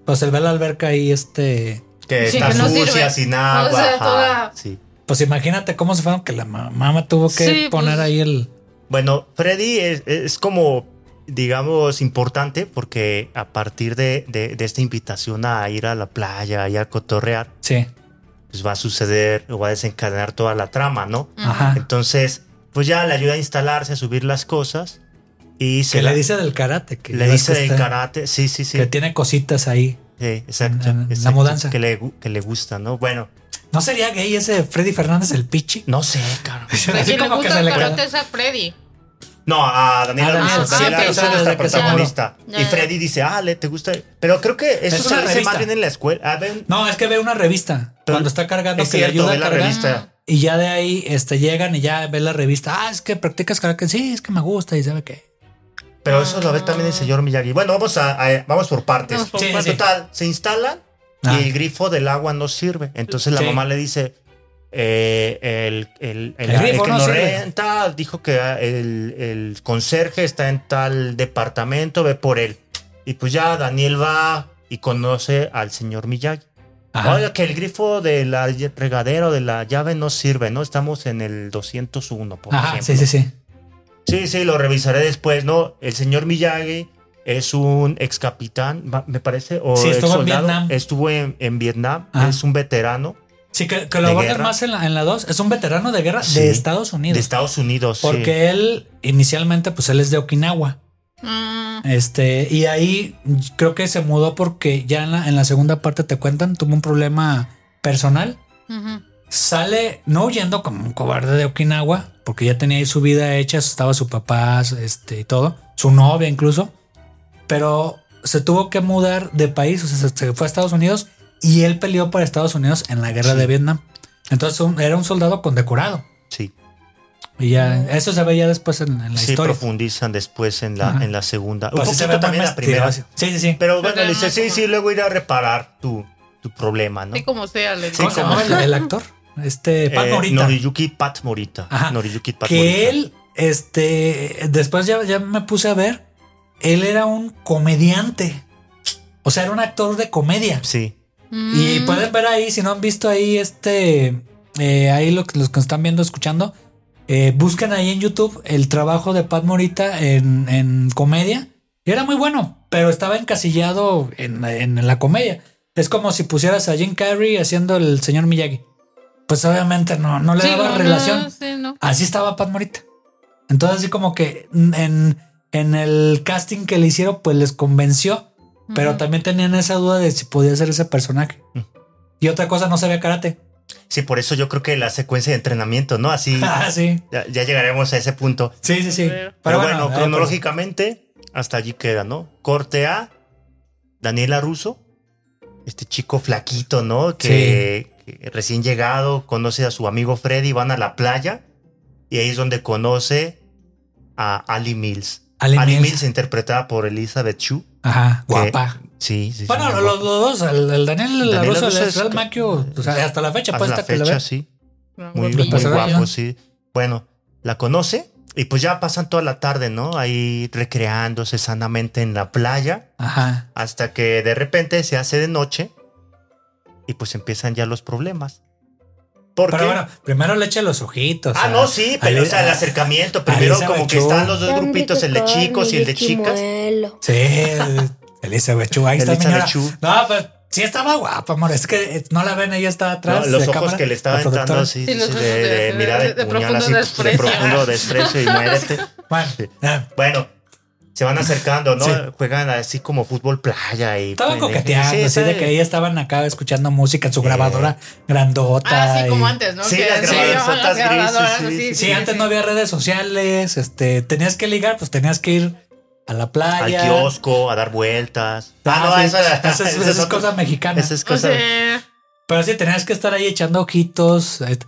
[SPEAKER 1] Pues se ve la alberca ahí, este.
[SPEAKER 2] que
[SPEAKER 3] Sí,
[SPEAKER 2] está
[SPEAKER 3] que no
[SPEAKER 2] sucia,
[SPEAKER 3] sirve.
[SPEAKER 2] sin
[SPEAKER 3] O
[SPEAKER 2] agua.
[SPEAKER 3] sea,
[SPEAKER 2] ajá,
[SPEAKER 3] toda-
[SPEAKER 2] sí.
[SPEAKER 1] Pues imagínate cómo se fueron que la ma- mamá tuvo que
[SPEAKER 3] Sí,
[SPEAKER 1] poner
[SPEAKER 3] pues.
[SPEAKER 1] ahí el.
[SPEAKER 2] Bueno, Freddy es, es como digamos, importante porque a partir de, de- de esta invitación a ir a la playa y a cotorrear,
[SPEAKER 1] Sí.
[SPEAKER 2] pues va a suceder o va a desencadenar toda la trama, ¿no?
[SPEAKER 1] Ajá.
[SPEAKER 2] Entonces, pues ya le ayuda a instalarse, a subir las cosas y se
[SPEAKER 1] Que
[SPEAKER 2] la-
[SPEAKER 1] le dice del karate. Que
[SPEAKER 2] le
[SPEAKER 1] ves
[SPEAKER 2] dice
[SPEAKER 1] que
[SPEAKER 2] del
[SPEAKER 1] está-
[SPEAKER 2] karate, sí, sí, sí,
[SPEAKER 1] Que tiene cositas ahí.
[SPEAKER 2] sí, exacto,
[SPEAKER 1] en- en la
[SPEAKER 2] exacto,
[SPEAKER 1] mudanza.
[SPEAKER 2] que le, gu- que le gusta, ¿no? Bueno,
[SPEAKER 1] ¿No sería gay ese Freddy Fernández el pichi?
[SPEAKER 2] no sé, claro.
[SPEAKER 3] ¿A quién Pues le
[SPEAKER 1] como que
[SPEAKER 3] gusta
[SPEAKER 1] se
[SPEAKER 3] el
[SPEAKER 1] le queda-
[SPEAKER 3] karate es a Freddy?
[SPEAKER 2] No, a Daniela
[SPEAKER 1] A Ah,
[SPEAKER 2] Russo.
[SPEAKER 1] Daniela,
[SPEAKER 3] sí,
[SPEAKER 2] Daniela
[SPEAKER 3] pero
[SPEAKER 2] Russo
[SPEAKER 3] sí,
[SPEAKER 2] es nuestra
[SPEAKER 3] desde que se
[SPEAKER 2] protagonista.
[SPEAKER 3] murió.
[SPEAKER 2] Y
[SPEAKER 3] Ya, ya.
[SPEAKER 2] Freddy dice, ah, le te gusta. Pero creo que eso
[SPEAKER 1] Es
[SPEAKER 2] se
[SPEAKER 1] una
[SPEAKER 2] hace más
[SPEAKER 1] revista.
[SPEAKER 2] bien en la escuela. A ver,
[SPEAKER 1] No, es que ve una revista
[SPEAKER 2] Pero-
[SPEAKER 1] cuando está cargando
[SPEAKER 2] es
[SPEAKER 1] que le
[SPEAKER 2] cierto,
[SPEAKER 1] ayuda
[SPEAKER 2] ve
[SPEAKER 1] a
[SPEAKER 2] la
[SPEAKER 1] cargar.
[SPEAKER 3] Ah,
[SPEAKER 2] revista.
[SPEAKER 1] Y ya de ahí este, llegan y ya ve la revista. Ah, es que practicas karate. Sí, es que me gusta y sabe que.
[SPEAKER 2] Pero
[SPEAKER 3] ah,
[SPEAKER 2] eso lo ve también el señor Miyagi. Bueno, vamos a, a- vamos por partes.
[SPEAKER 3] Vamos por
[SPEAKER 1] Sí, partes. sí.
[SPEAKER 2] Total, se instalan
[SPEAKER 1] Ah.
[SPEAKER 2] y el grifo del agua no sirve. Entonces la
[SPEAKER 1] Sí.
[SPEAKER 2] mamá le dice. eh, el, el- el-
[SPEAKER 1] El grifo
[SPEAKER 2] el que
[SPEAKER 1] no
[SPEAKER 2] nos
[SPEAKER 1] sirve.
[SPEAKER 2] renta dijo que ah, el, el conserje está en tal departamento, ve por él. Y pues ya Daniel va y conoce al señor Miyagi.
[SPEAKER 1] Ajá.
[SPEAKER 2] Oiga, que el grifo de la ll- regadera o de la llave no sirve, ¿no? Estamos en el 201, por
[SPEAKER 1] Ajá,
[SPEAKER 2] ejemplo.
[SPEAKER 1] sí, sí, sí.
[SPEAKER 2] Sí, sí, lo revisaré después, ¿no? El señor Miyagi es un ex capitán, me parece, o
[SPEAKER 1] Sí, estuvo en
[SPEAKER 2] exsoldado.
[SPEAKER 1] Vietnam. Ah.
[SPEAKER 2] Estuvo en, en Vietnam,
[SPEAKER 1] Ajá.
[SPEAKER 2] es un veterano
[SPEAKER 1] Sí, que, que lo
[SPEAKER 2] De
[SPEAKER 1] abordan
[SPEAKER 2] guerra.
[SPEAKER 1] más en la, en la 2. Es un veterano de guerra
[SPEAKER 2] Sí.
[SPEAKER 1] de Estados Unidos.
[SPEAKER 2] de Estados Unidos. sí.
[SPEAKER 1] porque él, inicialmente, pues él es de Okinawa.
[SPEAKER 3] Mm,
[SPEAKER 1] Este, y ahí creo que se mudó porque ya en la, en la segunda parte te cuentan, tuvo un problema personal.
[SPEAKER 3] ujú.
[SPEAKER 1] Sale no huyendo como un cobarde de Okinawa, porque ya tenía ahí su vida hecha, estaba su papá, este y todo, su novia incluso, pero se tuvo que mudar de país, o sea, se- se fue a Estados Unidos y él peleó para Estados Unidos en la guerra
[SPEAKER 2] Sí.
[SPEAKER 1] de Vietnam. Entonces un- era un soldado condecorado
[SPEAKER 2] Sí,
[SPEAKER 1] y ya eso se ve ya después en, en la
[SPEAKER 2] Mm. sí
[SPEAKER 1] historia.
[SPEAKER 2] profundizan después en la,
[SPEAKER 1] Ajá.
[SPEAKER 2] en la segunda.
[SPEAKER 1] Pues
[SPEAKER 2] un
[SPEAKER 1] sí se
[SPEAKER 2] poquito
[SPEAKER 1] ve
[SPEAKER 2] también
[SPEAKER 1] más
[SPEAKER 2] la primera.
[SPEAKER 1] tirado. Sí, sí, sí.
[SPEAKER 2] Pero bueno,
[SPEAKER 3] Pero
[SPEAKER 2] le dice,
[SPEAKER 3] no
[SPEAKER 2] sí,
[SPEAKER 3] como-
[SPEAKER 2] sí, luego ir a reparar tu, tu problema, ¿no?
[SPEAKER 3] Sí, como sea, le
[SPEAKER 2] Sí,
[SPEAKER 3] digo.
[SPEAKER 1] ¿Cómo se llamaba el, el actor? Este, Pat
[SPEAKER 2] Eh,
[SPEAKER 1] Morita.
[SPEAKER 2] Noriyuki Pat Morita.
[SPEAKER 1] Ajá.
[SPEAKER 2] Noriyuki Pat
[SPEAKER 1] que
[SPEAKER 2] Morita.
[SPEAKER 1] él, este, después ya, ya me puse a ver, él era un comediante. O sea, era un actor de comedia.
[SPEAKER 2] Sí.
[SPEAKER 1] Y
[SPEAKER 3] Mm.
[SPEAKER 1] pueden ver ahí, si no han visto ahí este, eh, ahí lo que- los que están viendo, escuchando, eh, busquen ahí en YouTube el trabajo de Pat Morita en, en comedia. Y era muy bueno, pero estaba encasillado en, en la comedia. Es como si pusieras a Jim Carrey haciendo el señor Miyagi. Pues obviamente no, no le
[SPEAKER 3] Sí,
[SPEAKER 1] daba
[SPEAKER 3] no,
[SPEAKER 1] relación.
[SPEAKER 3] no, sí, no.
[SPEAKER 1] Así estaba Pat Morita. Entonces, así como que en, en el casting que le hicieron, pues les convenció. Pero
[SPEAKER 3] Ujú.
[SPEAKER 1] también tenían esa duda de si podía ser ese personaje.
[SPEAKER 2] Mm.
[SPEAKER 1] Y otra cosa, no sabía karate.
[SPEAKER 2] Sí, por eso yo creo que la secuencia de entrenamiento, ¿no? Así
[SPEAKER 1] Ah, sí.
[SPEAKER 2] ya, ya llegaremos a ese punto.
[SPEAKER 1] Sí, sí, sí.
[SPEAKER 3] Pero
[SPEAKER 2] Pero, bueno,
[SPEAKER 1] eh,
[SPEAKER 2] cronológicamente, hasta allí queda, ¿no? Corte A, Daniela Russo, este chico flaquito, ¿no? Que, que recién llegado, conoce a su amigo Freddy, van a la playa y ahí es donde conoce a Ali Mills.
[SPEAKER 1] Ali Mills.
[SPEAKER 2] interpretada por Elizabeth Chu.
[SPEAKER 1] Ajá,
[SPEAKER 2] que-
[SPEAKER 1] guapa.
[SPEAKER 2] Sí, sí.
[SPEAKER 1] Bueno,
[SPEAKER 2] sí,
[SPEAKER 1] los,
[SPEAKER 2] guapa.
[SPEAKER 1] los dos, el, el Daniel
[SPEAKER 2] Daniel
[SPEAKER 1] Larusso, el
[SPEAKER 2] Larusso es-
[SPEAKER 1] Israel Macchio, o sea, hasta la fecha,
[SPEAKER 2] Hasta
[SPEAKER 1] pues
[SPEAKER 2] la
[SPEAKER 1] hasta que la
[SPEAKER 2] fecha,
[SPEAKER 1] ve.
[SPEAKER 2] sí.
[SPEAKER 3] No,
[SPEAKER 2] Muy,
[SPEAKER 3] guapillo.
[SPEAKER 2] muy
[SPEAKER 1] Pues, ahora
[SPEAKER 2] guapo,
[SPEAKER 1] ya.
[SPEAKER 2] sí. Bueno, la conoce y pues ya pasan toda la tarde, ¿no? Ahí recreándose sanamente en la playa.
[SPEAKER 1] Ajá.
[SPEAKER 2] Hasta que de repente se hace de noche y pues empiezan ya los problemas. Porque.
[SPEAKER 1] Pero bueno, primero le echa los ojitos.
[SPEAKER 2] ah,
[SPEAKER 1] a-
[SPEAKER 2] no, sí,
[SPEAKER 1] a
[SPEAKER 2] pero
[SPEAKER 1] Li-
[SPEAKER 2] o sea, el
[SPEAKER 1] a-
[SPEAKER 2] acercamiento.
[SPEAKER 1] a
[SPEAKER 2] Primero,
[SPEAKER 1] Elizabeth
[SPEAKER 2] como que
[SPEAKER 1] Chu.
[SPEAKER 2] están los dos grupitos, el de chicos y el de chicas.
[SPEAKER 1] Sí, el- Elizabeth Chu. Ahí está,
[SPEAKER 2] Elizabeth
[SPEAKER 1] señora.
[SPEAKER 2] Chu.
[SPEAKER 1] No, pues sí estaba guapa, amor. Es que eh, no la ven, ella está
[SPEAKER 2] No,
[SPEAKER 1] atrás.
[SPEAKER 2] los
[SPEAKER 1] de
[SPEAKER 2] ojos
[SPEAKER 1] cámara,
[SPEAKER 2] que le
[SPEAKER 1] la
[SPEAKER 2] estaba entrando
[SPEAKER 1] productora.
[SPEAKER 2] así,
[SPEAKER 3] Sí, los
[SPEAKER 2] sí,
[SPEAKER 3] ojos
[SPEAKER 2] de,
[SPEAKER 3] de-
[SPEAKER 2] de mirada de,
[SPEAKER 3] de
[SPEAKER 2] puñal,
[SPEAKER 3] profundo
[SPEAKER 2] así, de
[SPEAKER 3] desprecio.
[SPEAKER 2] profundo desprecio y muérete.
[SPEAKER 1] Bueno,
[SPEAKER 2] Sí.
[SPEAKER 1] eh,
[SPEAKER 2] Bueno, se van acercando, ¿no?
[SPEAKER 1] Sí.
[SPEAKER 2] Juegan así como fútbol playa y.
[SPEAKER 1] estaban
[SPEAKER 2] pues,
[SPEAKER 1] coqueteando,
[SPEAKER 2] sí,
[SPEAKER 1] así de
[SPEAKER 2] sí.
[SPEAKER 1] que ahí estaban acá escuchando música en su
[SPEAKER 2] Eh.
[SPEAKER 1] grabadora grandota.
[SPEAKER 3] Ah, sí, como
[SPEAKER 1] y-
[SPEAKER 3] antes, ¿no?
[SPEAKER 2] Sí,
[SPEAKER 3] Que-
[SPEAKER 2] las grabadoras
[SPEAKER 3] las grabadoras,
[SPEAKER 2] grises, sí, sí,
[SPEAKER 1] Sí, antes no había redes sociales, este, tenías que ligar, pues tenías que ir a la
[SPEAKER 2] Al
[SPEAKER 1] playa.
[SPEAKER 2] kiosco, a dar vueltas. Ah, no,
[SPEAKER 1] sí, pues,
[SPEAKER 2] esa,
[SPEAKER 1] esa es,
[SPEAKER 2] esa
[SPEAKER 1] esa es
[SPEAKER 2] otra-
[SPEAKER 1] cosa mexicana.
[SPEAKER 2] Esa es
[SPEAKER 3] O
[SPEAKER 2] cosa.
[SPEAKER 3] sea,
[SPEAKER 1] Pero sí, tenías que estar ahí echando ojitos. eh,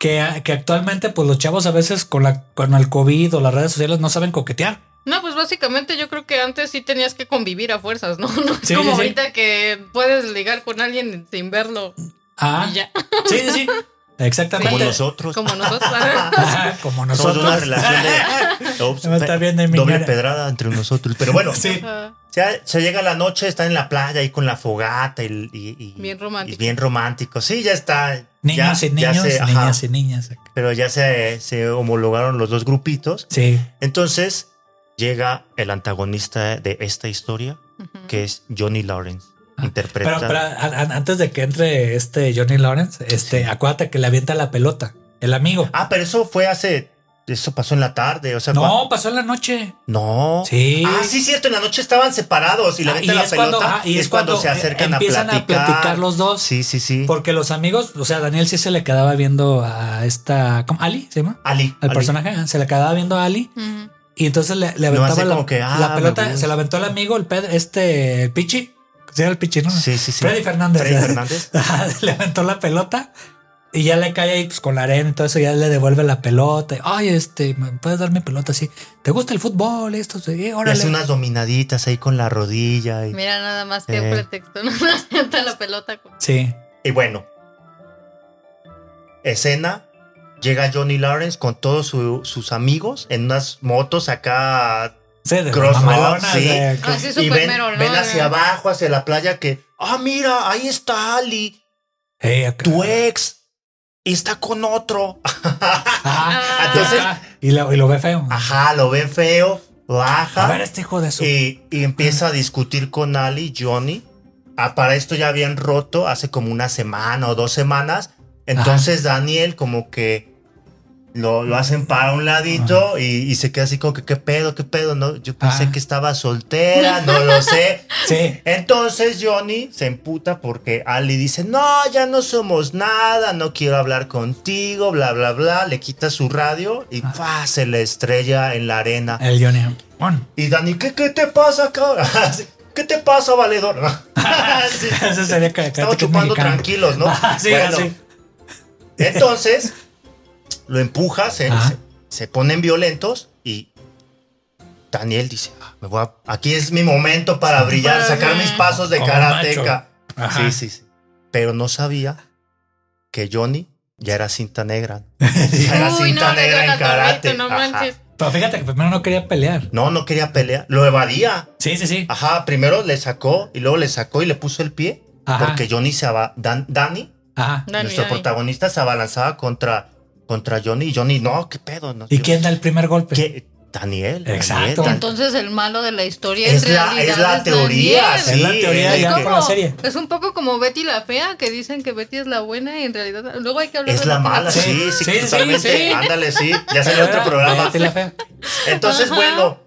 [SPEAKER 1] Que, que actualmente, pues los chavos a veces con, la, con el COVID o las redes sociales no saben coquetear.
[SPEAKER 3] No, pues básicamente yo creo que antes sí tenías que convivir a fuerzas, ¿no? No es
[SPEAKER 1] Sí,
[SPEAKER 3] como
[SPEAKER 1] sí, sí.
[SPEAKER 3] ahorita que puedes ligar con alguien sin verlo
[SPEAKER 1] Ah,
[SPEAKER 3] y ya,
[SPEAKER 1] sí, sí, sí. Exactamente.
[SPEAKER 2] Como nosotros.
[SPEAKER 3] como nosotros.
[SPEAKER 1] Ajá, como
[SPEAKER 2] Somos
[SPEAKER 1] nosotros.
[SPEAKER 2] de una relación de
[SPEAKER 1] Se me está viendo en mi
[SPEAKER 2] doble
[SPEAKER 1] cara.
[SPEAKER 2] pedrada entre nosotros. Pero bueno,
[SPEAKER 1] Sí.
[SPEAKER 3] Ajá.
[SPEAKER 2] se, se llega la noche, están en la playa ahí con la fogata y, y- y-
[SPEAKER 3] Bien romántico.
[SPEAKER 2] y bien romántico. Sí, ya está.
[SPEAKER 1] Niños
[SPEAKER 2] ya,
[SPEAKER 1] y
[SPEAKER 2] ya
[SPEAKER 1] niños,
[SPEAKER 2] se- ajá,
[SPEAKER 1] niñas y niñas.
[SPEAKER 2] Pero ya se, se homologaron los dos grupitos.
[SPEAKER 1] Sí.
[SPEAKER 2] Entonces, llega el antagonista de esta historia,
[SPEAKER 3] Ujú.
[SPEAKER 2] que es Johnny Lawrence, interpreta
[SPEAKER 1] Ah, Pero, pero a- a- antes de que entre este Johnny Lawrence, este, acuérdate que le avienta la pelota, el amigo.
[SPEAKER 2] Ah, pero eso fue hace. Eso pasó en la tarde, o sea. cua-
[SPEAKER 1] no, pasó en la noche.
[SPEAKER 2] No.
[SPEAKER 1] Sí.
[SPEAKER 2] Ah, sí, cierto. En la noche estaban separados y le
[SPEAKER 1] Ah,
[SPEAKER 2] avienta la pelota.
[SPEAKER 1] ah,
[SPEAKER 2] y es, cuando, se acercan a
[SPEAKER 1] empiezan
[SPEAKER 2] platicar.
[SPEAKER 1] a platicar los dos.
[SPEAKER 2] Sí, sí, sí.
[SPEAKER 1] Porque los amigos, o sea, Daniel sí se le quedaba viendo a esta. ¿cómo? ¿Ali? ¿Se llama?
[SPEAKER 2] Ali.
[SPEAKER 1] El
[SPEAKER 2] Ali.
[SPEAKER 1] personaje ah, se le quedaba viendo a Ali
[SPEAKER 3] Ujú.
[SPEAKER 1] y entonces le, le
[SPEAKER 2] No,
[SPEAKER 1] aventaba
[SPEAKER 2] así
[SPEAKER 1] la,
[SPEAKER 2] como que, ah,
[SPEAKER 1] la
[SPEAKER 2] me
[SPEAKER 1] pelota,
[SPEAKER 2] gusta.
[SPEAKER 1] se la aventó el amigo, el Pedro, este, el Pichi. Sí, era el Pichi, ¿no?
[SPEAKER 2] Sí, sí, sí.
[SPEAKER 1] Freddy Fernández.
[SPEAKER 2] Freddy Fernández.
[SPEAKER 1] Ajá, le aventó la pelota y ya le cae ahí pues, con la arena y todo eso, ya le devuelve la pelota. Ay, este, ¿me puedes dar mi pelota así? ¿Te gusta el fútbol? Esto, sí,
[SPEAKER 2] Y
[SPEAKER 1] órale.
[SPEAKER 2] hace unas dominaditas ahí con la rodilla. Y,
[SPEAKER 3] Mira, nada más que
[SPEAKER 2] Eh.
[SPEAKER 3] pretexto. No avienta la pelota. con-
[SPEAKER 1] Sí.
[SPEAKER 2] y bueno. Escena. Llega Johnny Lawrence con todos su- sus amigos en unas motos acá
[SPEAKER 1] Sí, de
[SPEAKER 2] Cross,
[SPEAKER 1] mamalonas,
[SPEAKER 2] ¿no? Sí.
[SPEAKER 1] de-
[SPEAKER 3] Ah, sí,
[SPEAKER 2] y
[SPEAKER 3] súper
[SPEAKER 2] ven,
[SPEAKER 3] mero, ¿no?
[SPEAKER 2] ven hacia abajo, hacia la playa que, ah, mira, ahí está Ali,
[SPEAKER 1] Sí, acá.
[SPEAKER 2] tu ex, está con otro.
[SPEAKER 3] Ah.
[SPEAKER 1] Ajá.
[SPEAKER 2] Entonces-
[SPEAKER 1] Acá. y, lo, y lo ve feo.
[SPEAKER 2] Ajá, Eh, lo ven feo, baja
[SPEAKER 1] A ver, este hijo de su.
[SPEAKER 2] y, y empieza a discutir con Ali, Johnny. Ah, para esto ya habían roto hace como una semana o dos semanas. Entonces Daniel como que lo, lo hacen para un ladito y, y se queda así como que, ¿qué pedo, qué pedo? No, yo pensé
[SPEAKER 1] Ajá.
[SPEAKER 2] que estaba soltera, no lo sé.
[SPEAKER 1] Sí.
[SPEAKER 2] Entonces Johnny se emputa porque Ali dice, no, ya no somos nada, no quiero hablar contigo, bla, bla, bla. Le quita su radio y ¡fua! se le estrella en la arena.
[SPEAKER 1] El Johnny. Bueno.
[SPEAKER 2] Y Dani, ¿qué, qué te pasa, cabrón? Así, ¿Qué te pasa, valedor? Sí.
[SPEAKER 1] Eso sería que-
[SPEAKER 2] Estamos
[SPEAKER 1] que- que es
[SPEAKER 2] chupando
[SPEAKER 1] mexicano.
[SPEAKER 2] tranquilos, ¿no?
[SPEAKER 1] Ah, sí,
[SPEAKER 2] Bueno,
[SPEAKER 1] sí.
[SPEAKER 2] entonces, lo empuja, se,
[SPEAKER 1] Ajá.
[SPEAKER 2] se- se ponen violentos y Daniel dice, "Ah, me voy a- aquí es mi momento para brillar,
[SPEAKER 3] Para
[SPEAKER 2] sacar
[SPEAKER 3] brillar.
[SPEAKER 2] mis pasos de
[SPEAKER 1] Como
[SPEAKER 2] karateca.
[SPEAKER 1] Oh, macho. Ajá.
[SPEAKER 2] Sí, sí, sí. Pero no sabía que Johnny ya era cinta negra. Ya era
[SPEAKER 3] Uy,
[SPEAKER 2] cinta
[SPEAKER 3] no, le dio
[SPEAKER 2] negra en
[SPEAKER 3] la
[SPEAKER 2] karate.
[SPEAKER 3] torreta, no
[SPEAKER 2] Ajá.
[SPEAKER 3] manches.
[SPEAKER 1] Pero fíjate que primero no quería pelear.
[SPEAKER 2] No, no quería pelear. Lo evadía.
[SPEAKER 1] Sí, sí, sí.
[SPEAKER 2] Ajá, primero le sacó y luego le sacó y le puso el pie.
[SPEAKER 1] Ajá.
[SPEAKER 2] Porque Johnny se aba- Dan- Dani,
[SPEAKER 1] Ajá.
[SPEAKER 3] Dani,
[SPEAKER 2] nuestro
[SPEAKER 3] Dani.
[SPEAKER 2] protagonista, se abalanzaba contra, contra Johnny. Y Johnny, no, qué pedo. No,
[SPEAKER 1] ¿Y
[SPEAKER 2] Yo-
[SPEAKER 1] quién da el primer golpe?
[SPEAKER 2] ¿Qué? Daniel.
[SPEAKER 1] Exacto.
[SPEAKER 2] Daniel, Dan-
[SPEAKER 3] Entonces el malo de la historia
[SPEAKER 2] Es
[SPEAKER 3] en
[SPEAKER 2] la-
[SPEAKER 3] realidad
[SPEAKER 2] es la teoría,
[SPEAKER 3] Daniel.
[SPEAKER 2] sí,
[SPEAKER 1] es la teoría
[SPEAKER 2] es
[SPEAKER 1] ya
[SPEAKER 2] que-
[SPEAKER 1] por la serie.
[SPEAKER 3] Es un poco como Betty la fea, que dicen que Betty es la buena y en realidad luego hay que hablar
[SPEAKER 2] Es
[SPEAKER 3] de
[SPEAKER 2] la
[SPEAKER 3] Betty
[SPEAKER 2] mala,
[SPEAKER 3] fea.
[SPEAKER 2] sí, sí,
[SPEAKER 1] Sí, sí,
[SPEAKER 2] totalmente.
[SPEAKER 1] sí.
[SPEAKER 2] Ándale, sí. Ya salió otro
[SPEAKER 1] Ahora,
[SPEAKER 2] programa.
[SPEAKER 1] Betty la fea.
[SPEAKER 2] Entonces,
[SPEAKER 3] Ajá.
[SPEAKER 2] bueno,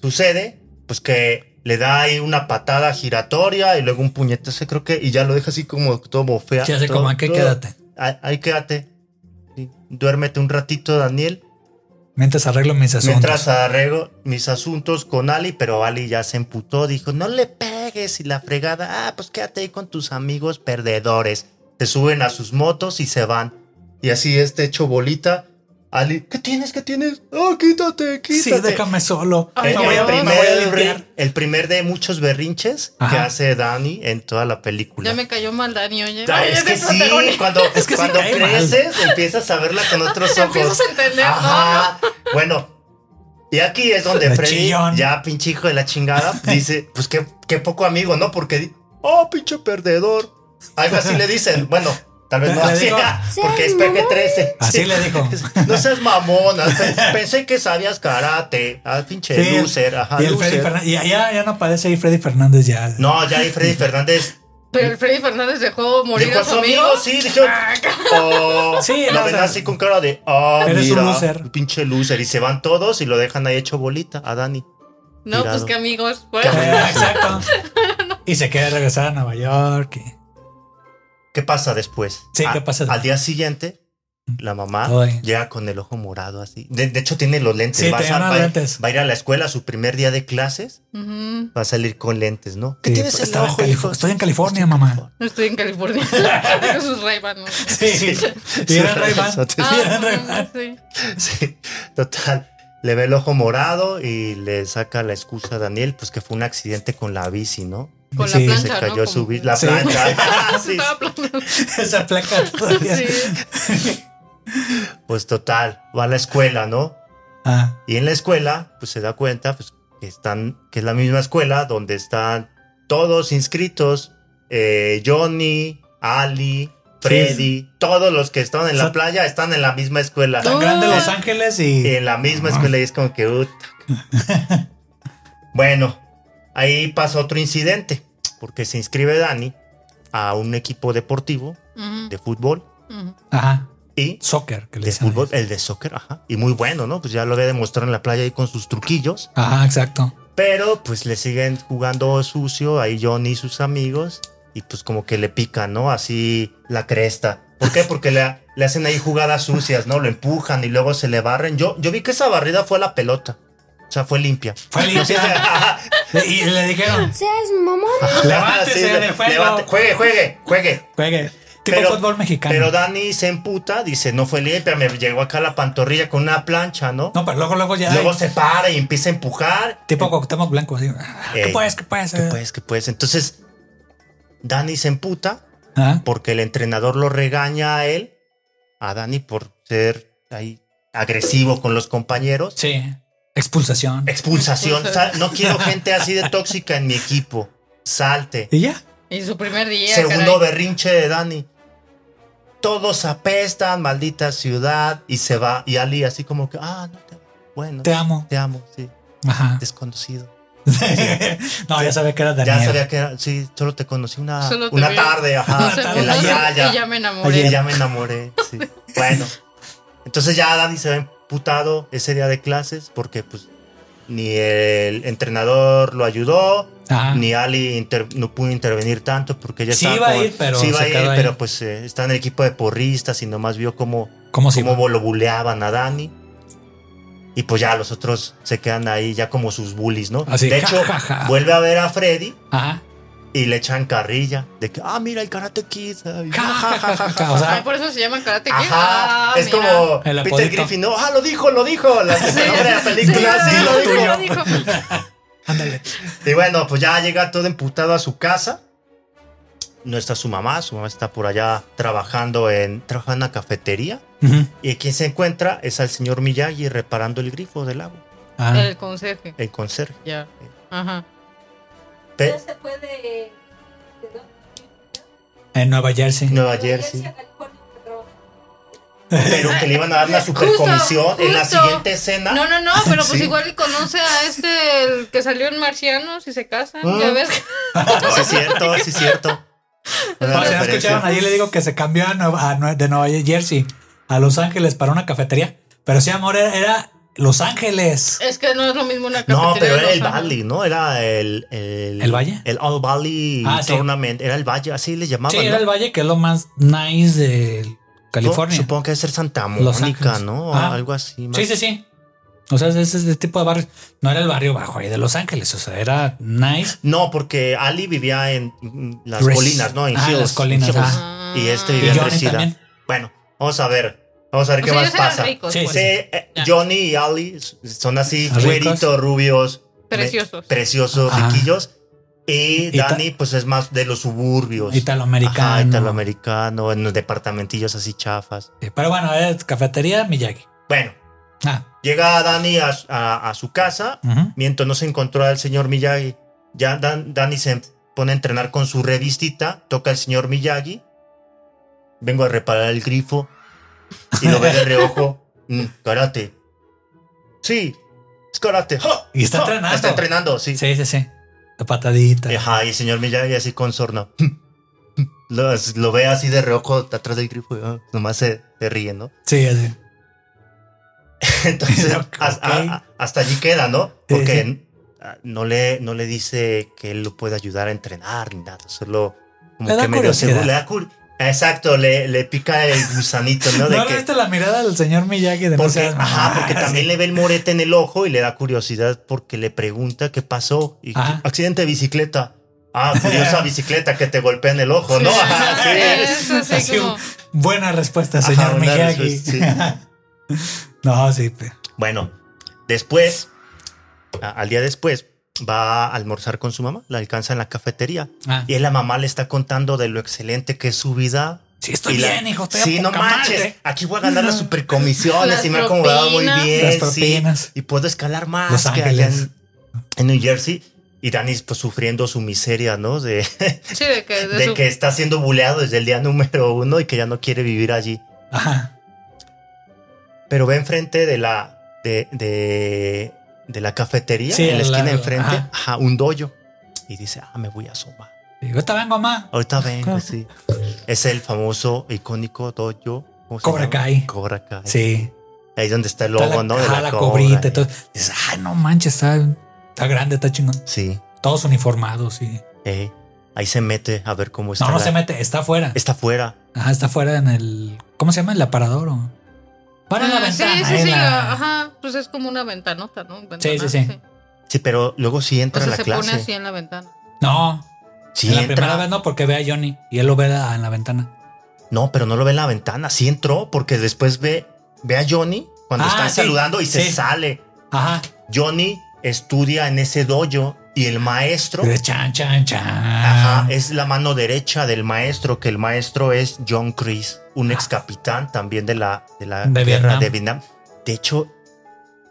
[SPEAKER 2] sucede, pues que le da ahí una patada giratoria y luego un puñetazo, creo que, y ya lo deja así como todo bofea.
[SPEAKER 1] Sí, así
[SPEAKER 2] todo-
[SPEAKER 1] como, aquí
[SPEAKER 2] todo-
[SPEAKER 1] quédate.
[SPEAKER 2] Ahí, ahí quédate. Sí, Duérmete un ratito, Daniel.
[SPEAKER 1] Mientras arreglo mis asuntos.
[SPEAKER 2] Mientras arreglo mis asuntos con Ali, pero Ali ya se emputó, dijo, no le pegues y la fregada, ah, pues quédate ahí con tus amigos perdedores. Se suben a sus motos y se van. Y así este hecho bolita, Ali, ¿qué tienes? ¿Qué tienes? Oh, quítate,
[SPEAKER 1] sí,
[SPEAKER 2] quítate.
[SPEAKER 1] déjame solo.
[SPEAKER 3] Ay,
[SPEAKER 2] el,
[SPEAKER 1] me, voy a,
[SPEAKER 2] el
[SPEAKER 1] me
[SPEAKER 2] primer,
[SPEAKER 1] voy a limpiar.
[SPEAKER 2] el primer de muchos berrinches que
[SPEAKER 1] Ajá.
[SPEAKER 2] hace Dani en toda la película.
[SPEAKER 3] Ya me cayó mal Dani, oye.
[SPEAKER 2] Ah,
[SPEAKER 3] Ay,
[SPEAKER 2] es que
[SPEAKER 3] ese
[SPEAKER 2] sí,
[SPEAKER 3] protagonista.
[SPEAKER 2] cuando,
[SPEAKER 1] Es que sí
[SPEAKER 2] cuando
[SPEAKER 1] cae mal.
[SPEAKER 2] creces empiezas a verla con otros ojos.
[SPEAKER 3] Empiezas a entender, ¿no?
[SPEAKER 2] Ajá. Bueno, y aquí es donde
[SPEAKER 1] La
[SPEAKER 2] Freddy,
[SPEAKER 1] chillón.
[SPEAKER 2] ya pinche hijo de la chingada, dice, pues qué, qué poco amigo, ¿no? Porque, di- oh, pinche perdedor. Algo así le dicen. Bueno, tal vez no
[SPEAKER 1] Le
[SPEAKER 2] así,
[SPEAKER 1] digo,
[SPEAKER 2] porque es PG-13.
[SPEAKER 1] Así le dijo.
[SPEAKER 2] No seas mamona. Pensé que sabías karate. Ah, pinche
[SPEAKER 1] Sí, el-
[SPEAKER 2] loser. Ajá,
[SPEAKER 1] y el
[SPEAKER 2] loser.
[SPEAKER 1] Freddy Fernández. Ya, ya, ya no aparece ahí Freddy Fernández ya.
[SPEAKER 2] No, ya y Freddy Fernández
[SPEAKER 3] Pero el Freddy Fernández dejó morir
[SPEAKER 2] Dijo
[SPEAKER 3] a su amigo. Ah,
[SPEAKER 2] sí, dijo. Oh,
[SPEAKER 1] Sí,
[SPEAKER 2] lo
[SPEAKER 1] no,
[SPEAKER 2] ven
[SPEAKER 1] o sea,
[SPEAKER 2] así con cara de. Ah,
[SPEAKER 1] eres un
[SPEAKER 2] mira,
[SPEAKER 1] loser.
[SPEAKER 2] Pinche loser. Y se van todos y lo dejan ahí hecho bolita a Dani.
[SPEAKER 3] No,
[SPEAKER 2] tirado.
[SPEAKER 3] pues que amigos. pues.
[SPEAKER 2] Qué
[SPEAKER 1] Eh, exacto. Y se quiere regresar a Nueva York. y
[SPEAKER 2] ¿Qué pasa después?
[SPEAKER 1] Sí,
[SPEAKER 2] A-
[SPEAKER 1] ¿qué pasa después?
[SPEAKER 2] Al día siguiente, la mamá
[SPEAKER 1] Todo bien.
[SPEAKER 2] llega con el ojo morado así. De, de hecho, tiene los lentes.
[SPEAKER 1] Sí,
[SPEAKER 2] va, a
[SPEAKER 1] tenía
[SPEAKER 2] sal-
[SPEAKER 1] unos
[SPEAKER 2] va a-
[SPEAKER 1] lentes.
[SPEAKER 2] va a ir a la escuela, su primer día de clases,
[SPEAKER 3] Ujú.
[SPEAKER 2] va a salir con lentes, ¿no? ¿Qué
[SPEAKER 1] Sí,
[SPEAKER 2] tienes en el
[SPEAKER 1] estaba en
[SPEAKER 2] ojo,
[SPEAKER 1] Calif-
[SPEAKER 2] hijo?
[SPEAKER 1] estoy en California, mamá.
[SPEAKER 3] No estoy en California. Dijo sus ray ¿no?
[SPEAKER 1] Sí, sí. Y
[SPEAKER 2] Sí,
[SPEAKER 1] era Ray-Ban.
[SPEAKER 2] resortes.
[SPEAKER 1] Sí, era Ray-Ban.
[SPEAKER 3] Ah, sí.
[SPEAKER 2] Sí, total. Le ve el ojo morado y le saca la excusa a Daniel, pues que fue un accidente con la bici, ¿no?
[SPEAKER 3] Con
[SPEAKER 1] Sí,
[SPEAKER 3] la
[SPEAKER 2] se
[SPEAKER 3] plancha,
[SPEAKER 2] cayó
[SPEAKER 3] ¿no?
[SPEAKER 2] a subir la
[SPEAKER 1] Sí.
[SPEAKER 2] plancha. pues, Sí,
[SPEAKER 3] Estaba planchando.
[SPEAKER 1] Esa placa todavía.
[SPEAKER 3] Sí.
[SPEAKER 2] Pues total, va a la escuela, ¿no?
[SPEAKER 1] Ah,
[SPEAKER 2] Y en la escuela, pues se da cuenta pues, que están, que es la misma escuela donde están todos inscritos, eh, Johnny, Ali, Freddy, todos los que están en la
[SPEAKER 1] Son-
[SPEAKER 2] playa están en la misma escuela.
[SPEAKER 1] tan
[SPEAKER 3] No.
[SPEAKER 1] grande Los Ángeles y.
[SPEAKER 2] En la misma escuela y es como que, "Ut, Bueno, ahí pasa otro incidente, porque se inscribe Dani a un equipo deportivo
[SPEAKER 3] Ujú,
[SPEAKER 2] de fútbol
[SPEAKER 3] ujú.
[SPEAKER 1] Ajá.
[SPEAKER 2] y
[SPEAKER 1] Soccer, que le
[SPEAKER 2] de
[SPEAKER 1] dicen.
[SPEAKER 2] fútbol, el de soccer, ajá. Y muy bueno, ¿no? Pues ya lo había demostrado en la playa ahí con sus truquillos.
[SPEAKER 1] Ajá, exacto.
[SPEAKER 2] Pero pues le siguen jugando sucio ahí Johnny y sus amigos. Y pues como que le pican, ¿no? Así la cresta. ¿Por qué? Porque le, le hacen ahí jugadas sucias, ¿no? Lo empujan y luego se le barren. Yo, yo vi que esa barrida fue a la pelota. O sea, fue limpia.
[SPEAKER 1] Fue limpia. y le dijeron,
[SPEAKER 4] Seas mamón.
[SPEAKER 1] Levántese de fuego.
[SPEAKER 2] Juegue, juegue, juegue.
[SPEAKER 1] juegue. Tipo
[SPEAKER 2] Pero-
[SPEAKER 1] fútbol mexicano.
[SPEAKER 2] Pero Dani se emputa, dice, no fue limpia, me llegó acá la pantorrilla con una plancha, ¿no?
[SPEAKER 1] no, pero luego, luego ya.
[SPEAKER 2] Luego se para y empieza a empujar.
[SPEAKER 1] Tipo Cuauhtémoc Blanco. Así. "Ah, ¿Qué
[SPEAKER 2] Ey,
[SPEAKER 1] puedes? ¿Qué puedes?
[SPEAKER 2] ¿Qué puedes? ¿Qué puedes? Entonces, Dani se emputa
[SPEAKER 1] Ajá.
[SPEAKER 2] porque el entrenador lo regaña a él, a Dani, por ser ahí agresivo con los compañeros.
[SPEAKER 1] Sí. Expulsación.
[SPEAKER 2] Eh. Expulsación.
[SPEAKER 3] Expulsa-
[SPEAKER 2] Sal- no quiero gente así de tóxica en mi equipo. Salte.
[SPEAKER 1] y ya.
[SPEAKER 3] Y su primer día.
[SPEAKER 2] Segundo
[SPEAKER 3] caray.
[SPEAKER 2] berrinche de Dani. Todos apestan, maldita ciudad. Y se va. Y Ali así como que, ah, no te Bueno,
[SPEAKER 1] Te amo.
[SPEAKER 2] te amo, sí.
[SPEAKER 1] Ajá.
[SPEAKER 2] Desconocido.
[SPEAKER 1] no, ya sabía que era Daniel.
[SPEAKER 2] Ya sabía que era, sí, solo te conocí una,
[SPEAKER 3] Solo te
[SPEAKER 2] una
[SPEAKER 3] vi.
[SPEAKER 2] tarde,
[SPEAKER 1] Una
[SPEAKER 2] ajá,
[SPEAKER 1] tarde.
[SPEAKER 2] en la
[SPEAKER 1] Y
[SPEAKER 2] playa.
[SPEAKER 3] Y ya me enamoré.
[SPEAKER 2] Oye, ya me enamoré. sí. Bueno. Entonces ya Dani se ve emputado ese día de clases porque pues ni el entrenador lo ayudó,
[SPEAKER 1] Ajá.
[SPEAKER 2] ni Ali inter- no pudo intervenir tanto porque ella
[SPEAKER 1] Ah. Sí
[SPEAKER 2] estaba
[SPEAKER 1] iba a
[SPEAKER 2] con-
[SPEAKER 1] ir, pero
[SPEAKER 2] sí iba
[SPEAKER 1] se
[SPEAKER 2] a ir,
[SPEAKER 1] quedó ahí.
[SPEAKER 2] pero pues eh, está en el equipo de porristas y nomás vio cómo,
[SPEAKER 1] ¿Cómo se
[SPEAKER 2] cómo lo buleaban a Dani. Y pues ya los otros se quedan ahí ya como sus bullies, ¿no?
[SPEAKER 1] Así,
[SPEAKER 2] de
[SPEAKER 1] ja,
[SPEAKER 2] hecho,
[SPEAKER 1] ja, ja.
[SPEAKER 2] vuelve a ver a Freddy
[SPEAKER 1] Ajá.
[SPEAKER 2] y le echan carrilla de que, ah, mira el Karate Kid. ay,
[SPEAKER 1] Ja, ja, ja, ja, ja. O
[SPEAKER 3] Ah,
[SPEAKER 1] sea,
[SPEAKER 3] por eso se llama Karate Kid.
[SPEAKER 2] Ajá,
[SPEAKER 3] Ah,
[SPEAKER 2] es
[SPEAKER 3] mira.
[SPEAKER 2] como
[SPEAKER 1] El
[SPEAKER 2] Peter
[SPEAKER 1] apodito.
[SPEAKER 2] Griffin, ¿no? Ah, lo dijo, lo dijo. La,
[SPEAKER 3] Sí,
[SPEAKER 2] el nombre de la
[SPEAKER 3] sí,
[SPEAKER 2] película,
[SPEAKER 3] sí,
[SPEAKER 2] sí, lo
[SPEAKER 3] sí,
[SPEAKER 2] dijo.
[SPEAKER 3] lo dijo.
[SPEAKER 1] ándale.
[SPEAKER 2] Y bueno, pues ya llega todo emputado a su casa. No está su mamá, su mamá está por allá trabajando en, trabaja en una cafetería.
[SPEAKER 1] Ujú.
[SPEAKER 2] Y quien se encuentra es al señor Miyagi reparando el grifo del agua,
[SPEAKER 1] Ah.
[SPEAKER 3] El conserje.
[SPEAKER 2] el conserje.
[SPEAKER 3] Ya. Ajá.
[SPEAKER 2] Pe-
[SPEAKER 3] Pues,
[SPEAKER 7] se fue de. ¿De dónde?
[SPEAKER 1] En Nueva Jersey.
[SPEAKER 2] Nueva
[SPEAKER 7] Jersey
[SPEAKER 2] Jersey.
[SPEAKER 7] a California para trabajar.
[SPEAKER 2] Pero que le iban a dar la supercomisión en la
[SPEAKER 3] justo.
[SPEAKER 2] siguiente escena.
[SPEAKER 3] No, no, no, pero pues
[SPEAKER 2] Sí.
[SPEAKER 3] igual y conoce a este, el que salió en Marcianos y se casan.
[SPEAKER 2] Ah.
[SPEAKER 3] Ya ves.
[SPEAKER 2] Sí, es cierto, sí, es cierto. Una
[SPEAKER 1] Ah, si no
[SPEAKER 2] referencia.
[SPEAKER 1] escucharon, ahí le digo que se cambió a Nueva- a Nue- de Nueva Jersey a Los Ángeles para una cafetería. Pero sí, amor, era, era Los
[SPEAKER 2] Eh,
[SPEAKER 1] Ángeles.
[SPEAKER 3] Es que no es lo mismo una cafetería.
[SPEAKER 2] No, pero
[SPEAKER 3] de
[SPEAKER 2] era el
[SPEAKER 3] Los Ángeles.
[SPEAKER 2] Valley, ¿no? Era el. ¿El,
[SPEAKER 1] ¿El Valle?
[SPEAKER 2] El All Valley
[SPEAKER 1] Ah, sí.
[SPEAKER 2] Tournament. Era el Valle, así le llamaban.
[SPEAKER 1] Sí, era
[SPEAKER 2] ¿no?
[SPEAKER 1] el valle que es lo más nice de California.
[SPEAKER 2] Sup- Supongo que debe ser Santa
[SPEAKER 1] Los
[SPEAKER 2] Mónica,
[SPEAKER 1] Ángeles.
[SPEAKER 2] ¿no?
[SPEAKER 1] Ah.
[SPEAKER 2] Algo así. más.
[SPEAKER 1] Sí, sí, sí. O sea, ese es este tipo de barrio. No era el barrio bajo ahí de Los Ángeles. O sea, era nice.
[SPEAKER 2] No, porque Ali vivía en mm, las
[SPEAKER 1] Res-
[SPEAKER 2] colinas, ¿no? En
[SPEAKER 1] Ah,
[SPEAKER 2] Hills,
[SPEAKER 1] las colinas,
[SPEAKER 2] en Hills.
[SPEAKER 3] ah.
[SPEAKER 2] Y este
[SPEAKER 1] Y
[SPEAKER 2] vivía en
[SPEAKER 1] Johnny
[SPEAKER 2] Reseda.
[SPEAKER 1] también.
[SPEAKER 2] Bueno, vamos a ver. Vamos a ver
[SPEAKER 3] O
[SPEAKER 2] qué
[SPEAKER 3] sea,
[SPEAKER 2] más
[SPEAKER 3] ellos eran
[SPEAKER 2] pasa.
[SPEAKER 3] ricos,
[SPEAKER 1] Sí,
[SPEAKER 3] pues.
[SPEAKER 2] Sí, eh,
[SPEAKER 3] Ya.
[SPEAKER 2] Johnny y Ali s- son así,
[SPEAKER 1] Ricos.
[SPEAKER 2] güeritos, rubios. me-
[SPEAKER 3] Preciosos.
[SPEAKER 2] Preciosos,
[SPEAKER 1] Ajá.
[SPEAKER 2] riquillos. Y
[SPEAKER 1] Y ta-
[SPEAKER 2] Dani, pues es más de los suburbios.
[SPEAKER 1] Italoamericano.
[SPEAKER 2] Ajá, italoamericano, en los departamentillos así chafas.
[SPEAKER 1] Sí, Pero bueno, era cafetería Miyagi.
[SPEAKER 2] Bueno,
[SPEAKER 1] Ah,
[SPEAKER 2] llega Dani a, a- a su casa,
[SPEAKER 1] ujú.
[SPEAKER 2] mientras no se encontró al señor Miyagi. Ya Dan- Dani se pone a entrenar con su revistita, toca al señor Miyagi. Vengo a reparar el grifo y lo ve de reojo. Mm, karate. Sí, es karate. ¡Ja!
[SPEAKER 1] Y está
[SPEAKER 2] ¡Ja!
[SPEAKER 1] entrenando.
[SPEAKER 2] Está entrenando, sí.
[SPEAKER 1] Sí, sí, sí. La patadita.
[SPEAKER 2] Ajá, y el señor Miyagi así con sorna. Lo, lo ve así de reojo atrás del grifo. y, ah, Nomás se, se ríe, ¿no?
[SPEAKER 1] Sí, así.
[SPEAKER 2] Entonces,
[SPEAKER 1] Ok.
[SPEAKER 2] has- a- a- hasta allí queda, ¿no? Porque
[SPEAKER 1] Sí,
[SPEAKER 2] ah, no le, no le dice que él lo puede ayudar a entrenar ni nada, solo como
[SPEAKER 1] Le da
[SPEAKER 2] que medio se-
[SPEAKER 1] curiosidad.
[SPEAKER 2] le da cur- Exacto, le, le pica el gusanito, ¿no?
[SPEAKER 1] ¿No,
[SPEAKER 2] De
[SPEAKER 1] le
[SPEAKER 2] que,
[SPEAKER 1] viste la mirada del señor Miyagi de no ah,
[SPEAKER 2] porque,
[SPEAKER 1] seas mamá?
[SPEAKER 2] ajá, porque también le ve el morete en el ojo y le da curiosidad porque le pregunta qué pasó. Y,
[SPEAKER 1] Ajá.
[SPEAKER 2] accidente de bicicleta. Ah, curiosa bicicleta que te golpea en el ojo, ¿no? Ajá, sí.
[SPEAKER 3] Es así
[SPEAKER 1] Así,
[SPEAKER 3] como-
[SPEAKER 1] Buena respuesta,
[SPEAKER 2] Ajá,
[SPEAKER 1] señor
[SPEAKER 2] una
[SPEAKER 1] Miyagi.
[SPEAKER 2] respuesta,
[SPEAKER 1] no, sí. pe-
[SPEAKER 2] Bueno, después, a- al día después, va a almorzar con su mamá, la alcanza en la cafetería.
[SPEAKER 1] Ah.
[SPEAKER 2] Y la mamá le está contando de lo excelente que es su vida.
[SPEAKER 1] Sí, estoy
[SPEAKER 2] Y la-
[SPEAKER 1] bien, hijo. Estoy a
[SPEAKER 2] Sí, no
[SPEAKER 1] poca
[SPEAKER 2] manches.
[SPEAKER 1] madre.
[SPEAKER 2] Aquí voy a ganar las supercomisiones
[SPEAKER 3] Las
[SPEAKER 2] y me ha acomodado muy
[SPEAKER 3] propinas.
[SPEAKER 2] bien.
[SPEAKER 1] Las
[SPEAKER 2] sí.
[SPEAKER 1] propinas.
[SPEAKER 2] Y puedo escalar más
[SPEAKER 1] Los
[SPEAKER 2] que allá
[SPEAKER 1] Ángeles.
[SPEAKER 2] en, en New Jersey. Y Dani, pues sufriendo su miseria, ¿no? De,
[SPEAKER 3] Sí, de que. de
[SPEAKER 2] de
[SPEAKER 3] su-
[SPEAKER 2] que está siendo buleado desde el día número uno y que ya no quiere vivir allí.
[SPEAKER 1] Ajá.
[SPEAKER 2] Pero ve enfrente de la. de. de de la cafetería,
[SPEAKER 1] Sí,
[SPEAKER 2] en la
[SPEAKER 1] al
[SPEAKER 2] esquina
[SPEAKER 1] lado,
[SPEAKER 2] enfrente,
[SPEAKER 1] ajá.
[SPEAKER 2] ajá, un dojo. Y dice, ah, me voy a asomar.
[SPEAKER 1] Digo, te vengo, mamá.
[SPEAKER 2] Ahorita vengo, sí. Es el famoso, icónico dojo. ¿cómo se
[SPEAKER 1] Cobra
[SPEAKER 2] llama?
[SPEAKER 1] Kai.
[SPEAKER 2] Cobra Kai.
[SPEAKER 1] Sí.
[SPEAKER 2] Ahí es donde está el
[SPEAKER 1] Está
[SPEAKER 2] logo, ¿no? De
[SPEAKER 1] ajá, la cobrita y todo. Dices, ay, no manches, está, está grande, está chingón.
[SPEAKER 2] Sí.
[SPEAKER 1] Todos uniformados, sí.
[SPEAKER 2] eh, ahí se mete a ver cómo está.
[SPEAKER 1] No, no
[SPEAKER 2] la-
[SPEAKER 1] se mete, está afuera.
[SPEAKER 2] Está afuera.
[SPEAKER 1] Ajá, está afuera en el. ¿Cómo se llama? El aparador. o- Para en la
[SPEAKER 3] Ah,
[SPEAKER 1] ventana.
[SPEAKER 3] Sí, sí,
[SPEAKER 1] en
[SPEAKER 3] sí.
[SPEAKER 1] la-
[SPEAKER 3] la- Ajá. Pues es como una ventanota, ¿no? Ventana,
[SPEAKER 1] Sí, sí, sí.
[SPEAKER 2] Sí, pero luego sí entra
[SPEAKER 3] O sea,
[SPEAKER 2] a la
[SPEAKER 3] se
[SPEAKER 2] clase.
[SPEAKER 3] pone así en la ventana.
[SPEAKER 1] No,
[SPEAKER 2] Sí
[SPEAKER 1] en la
[SPEAKER 2] entra.
[SPEAKER 1] primera vez no, porque ve a Johnny y él lo ve a- en la ventana.
[SPEAKER 2] No, pero no lo ve en la ventana. Sí entró porque después ve, ve a Johnny cuando
[SPEAKER 1] Ah,
[SPEAKER 2] están
[SPEAKER 1] sí.
[SPEAKER 2] saludando y se
[SPEAKER 1] Sí.
[SPEAKER 2] sale.
[SPEAKER 1] Ajá.
[SPEAKER 2] Johnny estudia en ese dojo y el maestro
[SPEAKER 1] De chan, chan, chan.
[SPEAKER 2] ajá, es la mano derecha del maestro, que el maestro es John Chris, un ex capitán también de la, de la
[SPEAKER 1] Ah. De
[SPEAKER 2] guerra
[SPEAKER 1] Vietnam.
[SPEAKER 2] de Vietnam. De hecho,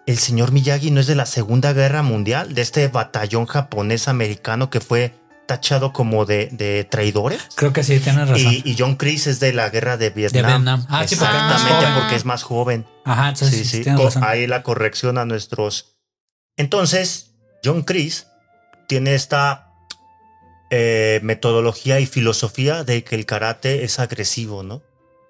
[SPEAKER 2] el señor Miyagi no es de la Segunda Guerra Mundial, de este batallón japonés americano que fue tachado como de, de traidores.
[SPEAKER 1] Creo que sí, tienes razón.
[SPEAKER 2] Y, y John Chris es de la guerra de Vietnam.
[SPEAKER 1] Vietnam. Ah, sí, porque es
[SPEAKER 3] más
[SPEAKER 2] Exactamente,
[SPEAKER 3] joven.
[SPEAKER 2] porque es más joven.
[SPEAKER 1] Ajá, entonces sí,
[SPEAKER 2] Sí, sí,
[SPEAKER 1] tienes
[SPEAKER 2] co-
[SPEAKER 1] razón.
[SPEAKER 2] ahí la corrección a nuestros. Entonces, John Chris tiene esta eh, metodología y filosofía de que el karate es agresivo, ¿no?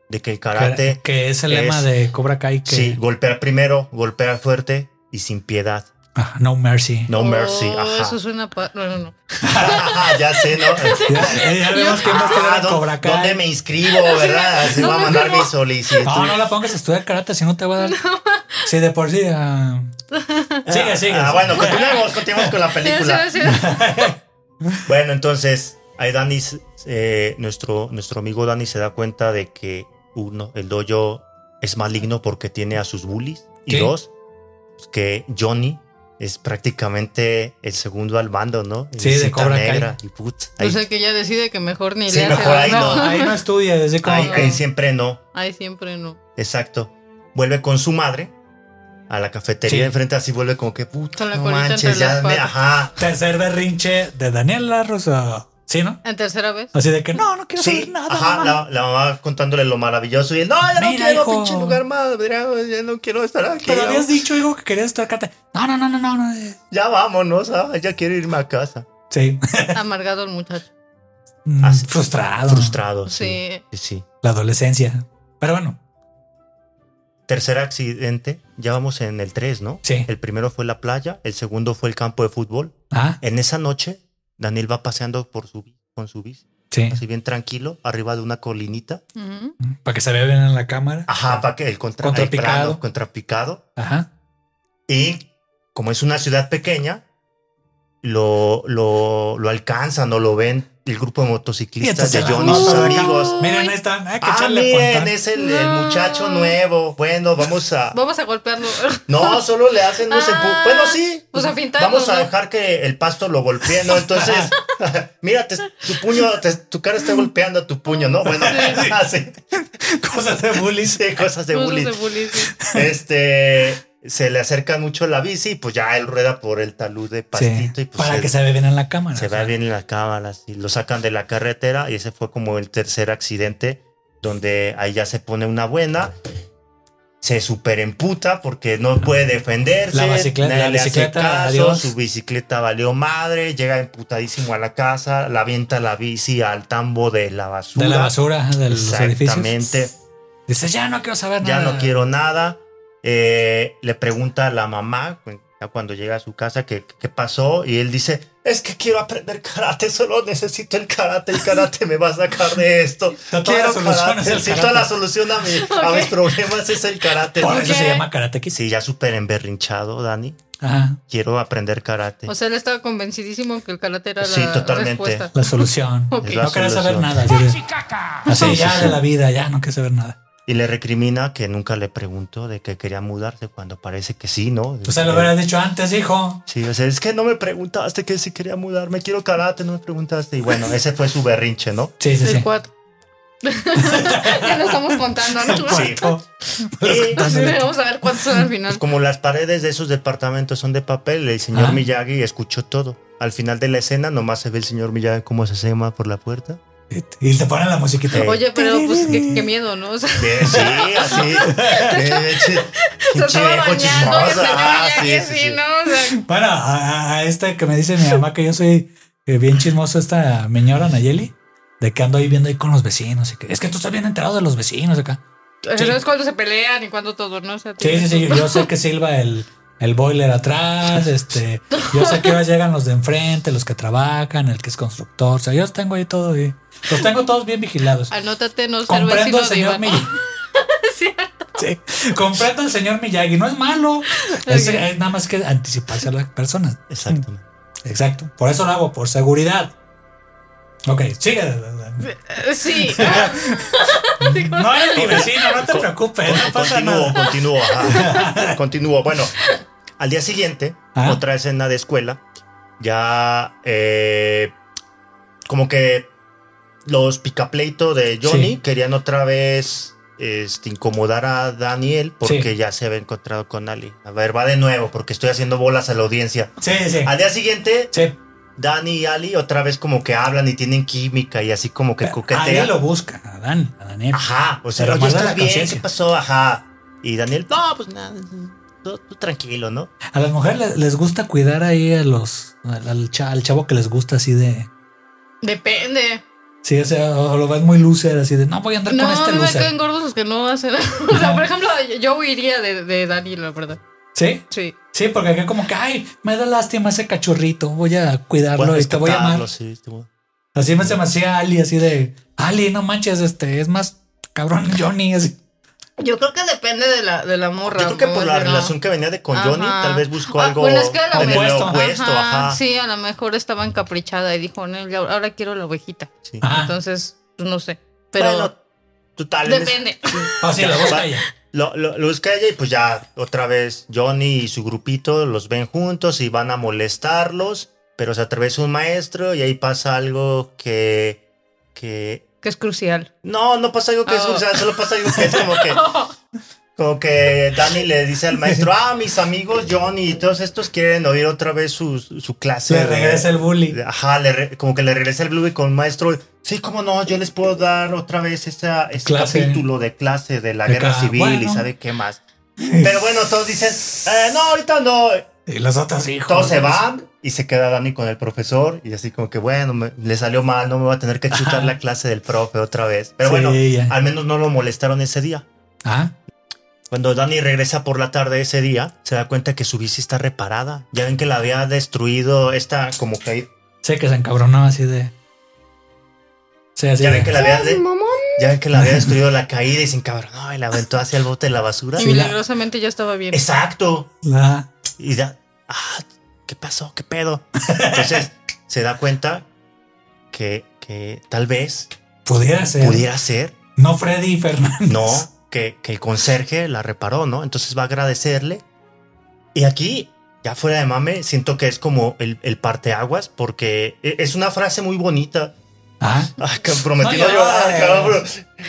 [SPEAKER 2] De que el
[SPEAKER 1] Que,
[SPEAKER 2] karate,
[SPEAKER 1] que es el
[SPEAKER 2] es-
[SPEAKER 1] lema de Cobra Kai que
[SPEAKER 2] sí, golpear primero, golpear fuerte y sin piedad.
[SPEAKER 1] Ajá, no mercy.
[SPEAKER 2] No
[SPEAKER 3] Oh,
[SPEAKER 2] mercy,
[SPEAKER 3] Eso
[SPEAKER 2] ajá.
[SPEAKER 3] suena. pa- No, no, no.
[SPEAKER 2] ya sé, ¿no?
[SPEAKER 1] Ya, eh, ya vemos que hemos tenido
[SPEAKER 2] Ah,
[SPEAKER 1] a
[SPEAKER 2] ¿dó-
[SPEAKER 1] Cobra Kai.
[SPEAKER 2] ¿Dónde me inscribo, verdad? Se va a
[SPEAKER 3] ¿dónde
[SPEAKER 2] mandar mi
[SPEAKER 3] firmo?
[SPEAKER 2] solicitud.
[SPEAKER 1] No, no la pongas a estudiar karate, si no te va a dar. Sí, de por sí. ah. Sigue, sigue.
[SPEAKER 2] Ah, bueno, continuemos, continuemos con la película.
[SPEAKER 3] Sí, sí, sí.
[SPEAKER 2] Bueno, entonces, ahí Dani, se- eh, nuestro, nuestro amigo Dani se da cuenta de que, uno, el dojo es maligno porque tiene a sus bullies. Y
[SPEAKER 1] Sí.
[SPEAKER 2] dos, pues, que Johnny es prácticamente el segundo al bando, ¿no?
[SPEAKER 1] Sí, de
[SPEAKER 2] Cinta
[SPEAKER 1] Cobra Kai.
[SPEAKER 2] Y put, ahí,
[SPEAKER 3] O sea que ya decide que mejor ni
[SPEAKER 2] Sí,
[SPEAKER 3] le
[SPEAKER 2] mejor ahí
[SPEAKER 3] hace.
[SPEAKER 2] no.
[SPEAKER 1] ahí no estudia, desde como.
[SPEAKER 2] ahí-
[SPEAKER 1] que-
[SPEAKER 2] ahí siempre no.
[SPEAKER 3] Ahí siempre no.
[SPEAKER 2] Exacto. Vuelve con su madre a la cafetería
[SPEAKER 1] Sí.
[SPEAKER 2] de enfrente, así vuelve como que, puta,
[SPEAKER 3] Con la
[SPEAKER 2] no
[SPEAKER 3] colita entre
[SPEAKER 2] manches, ya
[SPEAKER 3] las
[SPEAKER 2] me,
[SPEAKER 3] patas.
[SPEAKER 2] ajá.
[SPEAKER 1] Tercer berrinche de Daniela Russo. Sí, ¿no?
[SPEAKER 3] En tercera vez.
[SPEAKER 1] Así de que no, no quiero
[SPEAKER 2] Sí,
[SPEAKER 1] saber nada.
[SPEAKER 2] ajá,
[SPEAKER 1] mamá.
[SPEAKER 2] la, la mamá contándole lo maravilloso y él, no, ya no
[SPEAKER 1] Mira,
[SPEAKER 2] quiero
[SPEAKER 1] hijo.
[SPEAKER 2] pinche lugar más, mira, ya no quiero estar aquí.
[SPEAKER 1] Pero
[SPEAKER 2] ya,
[SPEAKER 1] habías dicho, hijo, que querías estudiar karate. No, no, no, no, no. no.
[SPEAKER 2] ya vámonos, ah, ya quiero irme a casa.
[SPEAKER 1] Sí.
[SPEAKER 3] Amargado el muchacho.
[SPEAKER 1] Mm,
[SPEAKER 2] Así.
[SPEAKER 1] frustrado.
[SPEAKER 2] Frustrado, sí.
[SPEAKER 3] Sí.
[SPEAKER 2] Sí, sí.
[SPEAKER 1] La adolescencia. Pero bueno,
[SPEAKER 2] Tercer accidente, ya vamos en el 3, ¿no?
[SPEAKER 1] Sí.
[SPEAKER 2] El primero fue la playa, el segundo fue el campo de fútbol.
[SPEAKER 1] ah,
[SPEAKER 2] En esa noche, Daniel va paseando por su, bi- con su bici,
[SPEAKER 1] sí.
[SPEAKER 2] así bien tranquilo, arriba de una colinita.
[SPEAKER 3] Ujú.
[SPEAKER 1] Para que se vea bien en la cámara.
[SPEAKER 2] Ajá, para que el contra,
[SPEAKER 1] Contrapicado.
[SPEAKER 2] el plano, contrapicado.
[SPEAKER 1] Ajá.
[SPEAKER 2] Y como es una ciudad pequeña, lo, lo, lo alcanzan o lo ven el grupo de
[SPEAKER 1] Y
[SPEAKER 2] motociclistas
[SPEAKER 1] entonces
[SPEAKER 2] de
[SPEAKER 1] la
[SPEAKER 2] Johnny y sus
[SPEAKER 1] nota de acá.
[SPEAKER 2] amigos.
[SPEAKER 1] Miren, ahí están. Hay que
[SPEAKER 2] Ah,
[SPEAKER 1] echarle
[SPEAKER 2] miren,
[SPEAKER 1] cuenta.
[SPEAKER 2] es el, el
[SPEAKER 3] No.
[SPEAKER 2] muchacho nuevo. Bueno, vamos a.
[SPEAKER 3] Vamos a golpearlo.
[SPEAKER 2] No, solo le hacen un
[SPEAKER 3] Ah,
[SPEAKER 2] sepu- Bueno, sí.
[SPEAKER 3] pues a pintarlo,
[SPEAKER 2] Vamos a
[SPEAKER 3] ¿no?
[SPEAKER 2] dejar que el pasto lo golpee, ¿no? Entonces, mira, te- tu puño, te- tu cara está golpeando tu puño, ¿no? Bueno, así.
[SPEAKER 1] Cosas de bullying.
[SPEAKER 2] Sí, cosas de
[SPEAKER 3] Cosas
[SPEAKER 2] bullying.
[SPEAKER 3] de bullying, sí.
[SPEAKER 2] Este se le acerca mucho la bici y pues ya él rueda por el talud de pastito
[SPEAKER 1] Sí,
[SPEAKER 2] y pues
[SPEAKER 1] para
[SPEAKER 2] se,
[SPEAKER 1] que se vea bien en la cámara.
[SPEAKER 2] se
[SPEAKER 1] o sea.
[SPEAKER 2] va bien en la cámara y lo sacan de la carretera y ese fue como el tercer accidente donde ahí ya se pone una buena se superemputa porque no puede defenderse
[SPEAKER 1] La bicicleta-
[SPEAKER 2] nadie
[SPEAKER 1] la
[SPEAKER 2] le hace
[SPEAKER 1] bicicleta,
[SPEAKER 2] caso,
[SPEAKER 1] adiós.
[SPEAKER 2] su bicicleta valió madre llega emputadísimo a la casa la avienta la bici al tambo de la basura
[SPEAKER 1] De la basura, ajá, de los edificios.
[SPEAKER 2] exactamente
[SPEAKER 1] Dices, ya no quiero saber
[SPEAKER 2] ya
[SPEAKER 1] nada.
[SPEAKER 2] no quiero nada. Eh, le pregunta a la mamá cu- ya cuando llega a su casa que qué pasó y él dice, es que quiero aprender karate, solo necesito el karate, el karate me va a sacar de esto.
[SPEAKER 1] Toda
[SPEAKER 2] quiero
[SPEAKER 1] la solución
[SPEAKER 2] karate,
[SPEAKER 1] es el
[SPEAKER 2] sí, toda
[SPEAKER 1] karate".
[SPEAKER 2] la solución a, mi- a mis problemas es el karate.
[SPEAKER 1] Por
[SPEAKER 2] ¿no?
[SPEAKER 1] eso se
[SPEAKER 3] qué?
[SPEAKER 1] llama Karate Kid.
[SPEAKER 2] Sí, ya súper emberrinchado, Dani.
[SPEAKER 1] Ajá.
[SPEAKER 2] Quiero aprender karate.
[SPEAKER 3] O sea, él estaba convencidísimo que el calate era
[SPEAKER 2] Sí,
[SPEAKER 3] la
[SPEAKER 2] totalmente.
[SPEAKER 3] respuesta.
[SPEAKER 1] La solución.
[SPEAKER 3] Ok.
[SPEAKER 2] Es la
[SPEAKER 1] No quiero saber
[SPEAKER 2] solución.
[SPEAKER 1] nada. así de- Así
[SPEAKER 2] Sí,
[SPEAKER 1] ya
[SPEAKER 2] sí,
[SPEAKER 1] de
[SPEAKER 2] sí.
[SPEAKER 1] la vida, ya no quiero saber nada.
[SPEAKER 2] Y le recrimina que nunca le preguntó de que quería mudarse cuando parece que sí, ¿no?
[SPEAKER 1] O sea, lo
[SPEAKER 2] Eh,
[SPEAKER 1] hubieras dicho antes, hijo.
[SPEAKER 2] Sí, o sea, es que no me preguntaste que si quería mudarme, quiero karate, no me preguntaste. Y bueno, ese fue su berrinche, ¿no?
[SPEAKER 1] Sí, sí,
[SPEAKER 3] El
[SPEAKER 1] sí.
[SPEAKER 3] cuatro. ya lo estamos contando, ¿no?
[SPEAKER 2] Sí.
[SPEAKER 1] Los
[SPEAKER 3] Sí,
[SPEAKER 1] contadores.
[SPEAKER 3] Vamos a ver cuántos son al
[SPEAKER 2] Pues
[SPEAKER 3] final.
[SPEAKER 2] como las paredes de esos departamentos son de papel, el señor
[SPEAKER 1] Ah.
[SPEAKER 2] Miyagi escuchó todo. Al final de la escena, nomás se ve el señor Miyagi cómo se asoma por la puerta.
[SPEAKER 1] Y te ponen la musiquita.
[SPEAKER 2] Sí.
[SPEAKER 3] Oye, pero pues qué, qué miedo, ¿no? O sea,
[SPEAKER 2] De- sí, así. De- de-
[SPEAKER 3] se
[SPEAKER 2] pinche
[SPEAKER 3] estaba
[SPEAKER 2] viejo
[SPEAKER 3] bañando y el
[SPEAKER 2] chismoso.
[SPEAKER 3] señor
[SPEAKER 2] Ah,
[SPEAKER 3] ya
[SPEAKER 2] sí,
[SPEAKER 3] que
[SPEAKER 2] sí,
[SPEAKER 3] sí,
[SPEAKER 2] sí.
[SPEAKER 3] ¿no? O sea,
[SPEAKER 1] Bueno, a, a- a esta que me dice mi mamá que yo soy eh, bien chismoso, esta señora Nayeli, de que ando ahí viendo ahí con los vecinos. y que, es que tú estás bien enterado de los vecinos acá. Sí.
[SPEAKER 3] no es cuando se pelean y cuando todo, ¿no? O sea,
[SPEAKER 1] Sí, sí,
[SPEAKER 3] tienes
[SPEAKER 1] sí.
[SPEAKER 3] tus-
[SPEAKER 1] Yo sé que silba el, el boiler atrás. Este, yo sé que ahora llegan los de enfrente, los que trabajan, el que es constructor. O sea, yo los tengo ahí todo. y- los tengo todos bien vigilados.
[SPEAKER 3] Anótate, no ser
[SPEAKER 1] Comprendo
[SPEAKER 3] vecino
[SPEAKER 1] al
[SPEAKER 3] de
[SPEAKER 1] señor
[SPEAKER 3] Iván.
[SPEAKER 1] Miyagi. Sí, comprendo al señor Miyagi. No es malo. Es,
[SPEAKER 3] Ok.
[SPEAKER 1] es nada más que anticiparse a las personas.
[SPEAKER 2] Exactamente.
[SPEAKER 1] Exacto. Por eso lo hago, por seguridad. Ok, sigue.
[SPEAKER 3] Sí.
[SPEAKER 1] No eres mi vecino, no te preocupes, no pasa
[SPEAKER 2] Continúo,
[SPEAKER 1] nada.
[SPEAKER 2] continúo. ajá. Continúo. Bueno, al día siguiente,
[SPEAKER 1] Ah.
[SPEAKER 2] otra escena de escuela. Ya, eh, como que los picapleito de Johnny
[SPEAKER 1] Sí.
[SPEAKER 2] querían otra vez este, incomodar a Daniel porque
[SPEAKER 1] Sí.
[SPEAKER 2] ya se había encontrado con Ali. A ver, va de nuevo porque estoy haciendo bolas a la audiencia.
[SPEAKER 1] Sí, sí.
[SPEAKER 2] Al día siguiente,
[SPEAKER 1] Sí,
[SPEAKER 2] Dani y Ali otra vez como que hablan y tienen química y así como que
[SPEAKER 1] Ahí
[SPEAKER 2] coquetean.
[SPEAKER 1] lo busca, a Dan, a Daniel.
[SPEAKER 2] Ajá, o sea,
[SPEAKER 1] Pero
[SPEAKER 2] oye,
[SPEAKER 1] mala
[SPEAKER 2] ¿estás
[SPEAKER 1] la
[SPEAKER 2] bien? ¿Qué
[SPEAKER 1] conciencia.
[SPEAKER 2] pasó? Ajá. Y Daniel, no, pues nada, tú, tú tranquilo, ¿no?
[SPEAKER 1] A las mujeres les, les gusta cuidar ahí a los al, al cha- al chavo que les gusta así de
[SPEAKER 3] Depende.
[SPEAKER 1] sí, o sea, o lo ves muy loser así de no voy a andar
[SPEAKER 3] No,
[SPEAKER 1] con este
[SPEAKER 3] me caen
[SPEAKER 1] loser.
[SPEAKER 3] gordos los que no hacen. O sea, por ejemplo, yo huiría de, de Dani, la verdad.
[SPEAKER 1] Sí,
[SPEAKER 3] Sí.
[SPEAKER 1] sí, porque acá como que ay, me da lástima ese cachorrito, voy a cuidarlo
[SPEAKER 2] Puedes
[SPEAKER 1] y te voy a
[SPEAKER 2] rescatarlo,
[SPEAKER 1] amar.
[SPEAKER 2] sí, te voy-
[SPEAKER 1] Así me se me hacía Ali, así de Ali, no manches, este es más cabrón Johnny. Así.
[SPEAKER 3] Yo creo que depende de la, de la morra.
[SPEAKER 2] Yo creo que por la
[SPEAKER 3] ¿no?
[SPEAKER 2] relación que venía de con Johnny,
[SPEAKER 3] Ajá.
[SPEAKER 2] tal vez buscó
[SPEAKER 3] Ah,
[SPEAKER 2] algo
[SPEAKER 3] bueno, es que a lo
[SPEAKER 2] en el
[SPEAKER 1] mejor-
[SPEAKER 2] opuesto, ajá.
[SPEAKER 3] Sí, a lo mejor estaba encaprichada y dijo, "No, ya- ahora quiero la ovejita.
[SPEAKER 2] sí.
[SPEAKER 1] Ajá.
[SPEAKER 3] Entonces, pues, no sé. Pero
[SPEAKER 2] Ah. Bueno, tú tal vez
[SPEAKER 3] depende.
[SPEAKER 1] Ah, sí,
[SPEAKER 2] Ya,
[SPEAKER 1] la
[SPEAKER 2] o
[SPEAKER 1] voz
[SPEAKER 2] sea,
[SPEAKER 1] de ella.
[SPEAKER 2] Lo, lo- lo busca ella y pues ya otra vez Johnny y su grupito los ven juntos y van a molestarlos, pero se atraviesa un maestro y ahí pasa algo que... que
[SPEAKER 3] Que es crucial.
[SPEAKER 2] No, no pasa algo que es,
[SPEAKER 3] Oh.
[SPEAKER 2] o sea, solo pasa algo que es como que, como que Dani le dice al maestro, ah, mis amigos Johnny y todos estos quieren oír otra vez su, su clase.
[SPEAKER 1] Le
[SPEAKER 2] de-
[SPEAKER 1] regresa el bully.
[SPEAKER 2] Ajá, le re- como que le regresa el blue y con el maestro, sí, cómo no, yo les puedo dar otra vez esa, ese
[SPEAKER 1] Clase.
[SPEAKER 2] capítulo de clase de la
[SPEAKER 1] De
[SPEAKER 2] guerra
[SPEAKER 1] ca-
[SPEAKER 2] civil y
[SPEAKER 1] bueno.
[SPEAKER 2] sabe qué más. Pero bueno, todos dicen, "Eh, no, ahorita no,
[SPEAKER 1] Y los otros hijos.
[SPEAKER 2] todos se van y se queda Dani con el profesor y así como que bueno, me- le salió mal, no me va a tener que chutar la clase del profe otra vez. Pero
[SPEAKER 1] Sí,
[SPEAKER 2] bueno, Ah.
[SPEAKER 1] ya.
[SPEAKER 2] al menos no lo molestaron ese día.
[SPEAKER 1] Ah,
[SPEAKER 2] Cuando Dani regresa por la tarde ese día, se da cuenta que su bici está reparada. Ya ven que la había destruido esta como que
[SPEAKER 1] sé que se encabronaba así de. Sí, así
[SPEAKER 2] ya
[SPEAKER 1] de-
[SPEAKER 2] ven que la había de- ya ven que la había destruido la caída y se encabronó y la aventó hacia el bote de la basura.
[SPEAKER 3] Y
[SPEAKER 1] la-
[SPEAKER 3] milagrosamente ya estaba bien.
[SPEAKER 2] Exacto.
[SPEAKER 1] Ajá.
[SPEAKER 2] Y ya, ah, ¿qué pasó? ¿Qué pedo? Entonces se da cuenta que, que tal vez
[SPEAKER 1] Pudiera ser.
[SPEAKER 2] pudiera ser,
[SPEAKER 1] No Freddy Fernández.
[SPEAKER 2] no, que, que el conserje la reparó, ¿no? Entonces va a agradecerle. Y aquí, ya fuera de mame, siento que es como el, el parteaguas, porque e- es una frase muy bonita.
[SPEAKER 1] Ah,
[SPEAKER 2] Ay, que prometí no
[SPEAKER 1] No
[SPEAKER 2] llorar,
[SPEAKER 1] llores.
[SPEAKER 2] cabrón.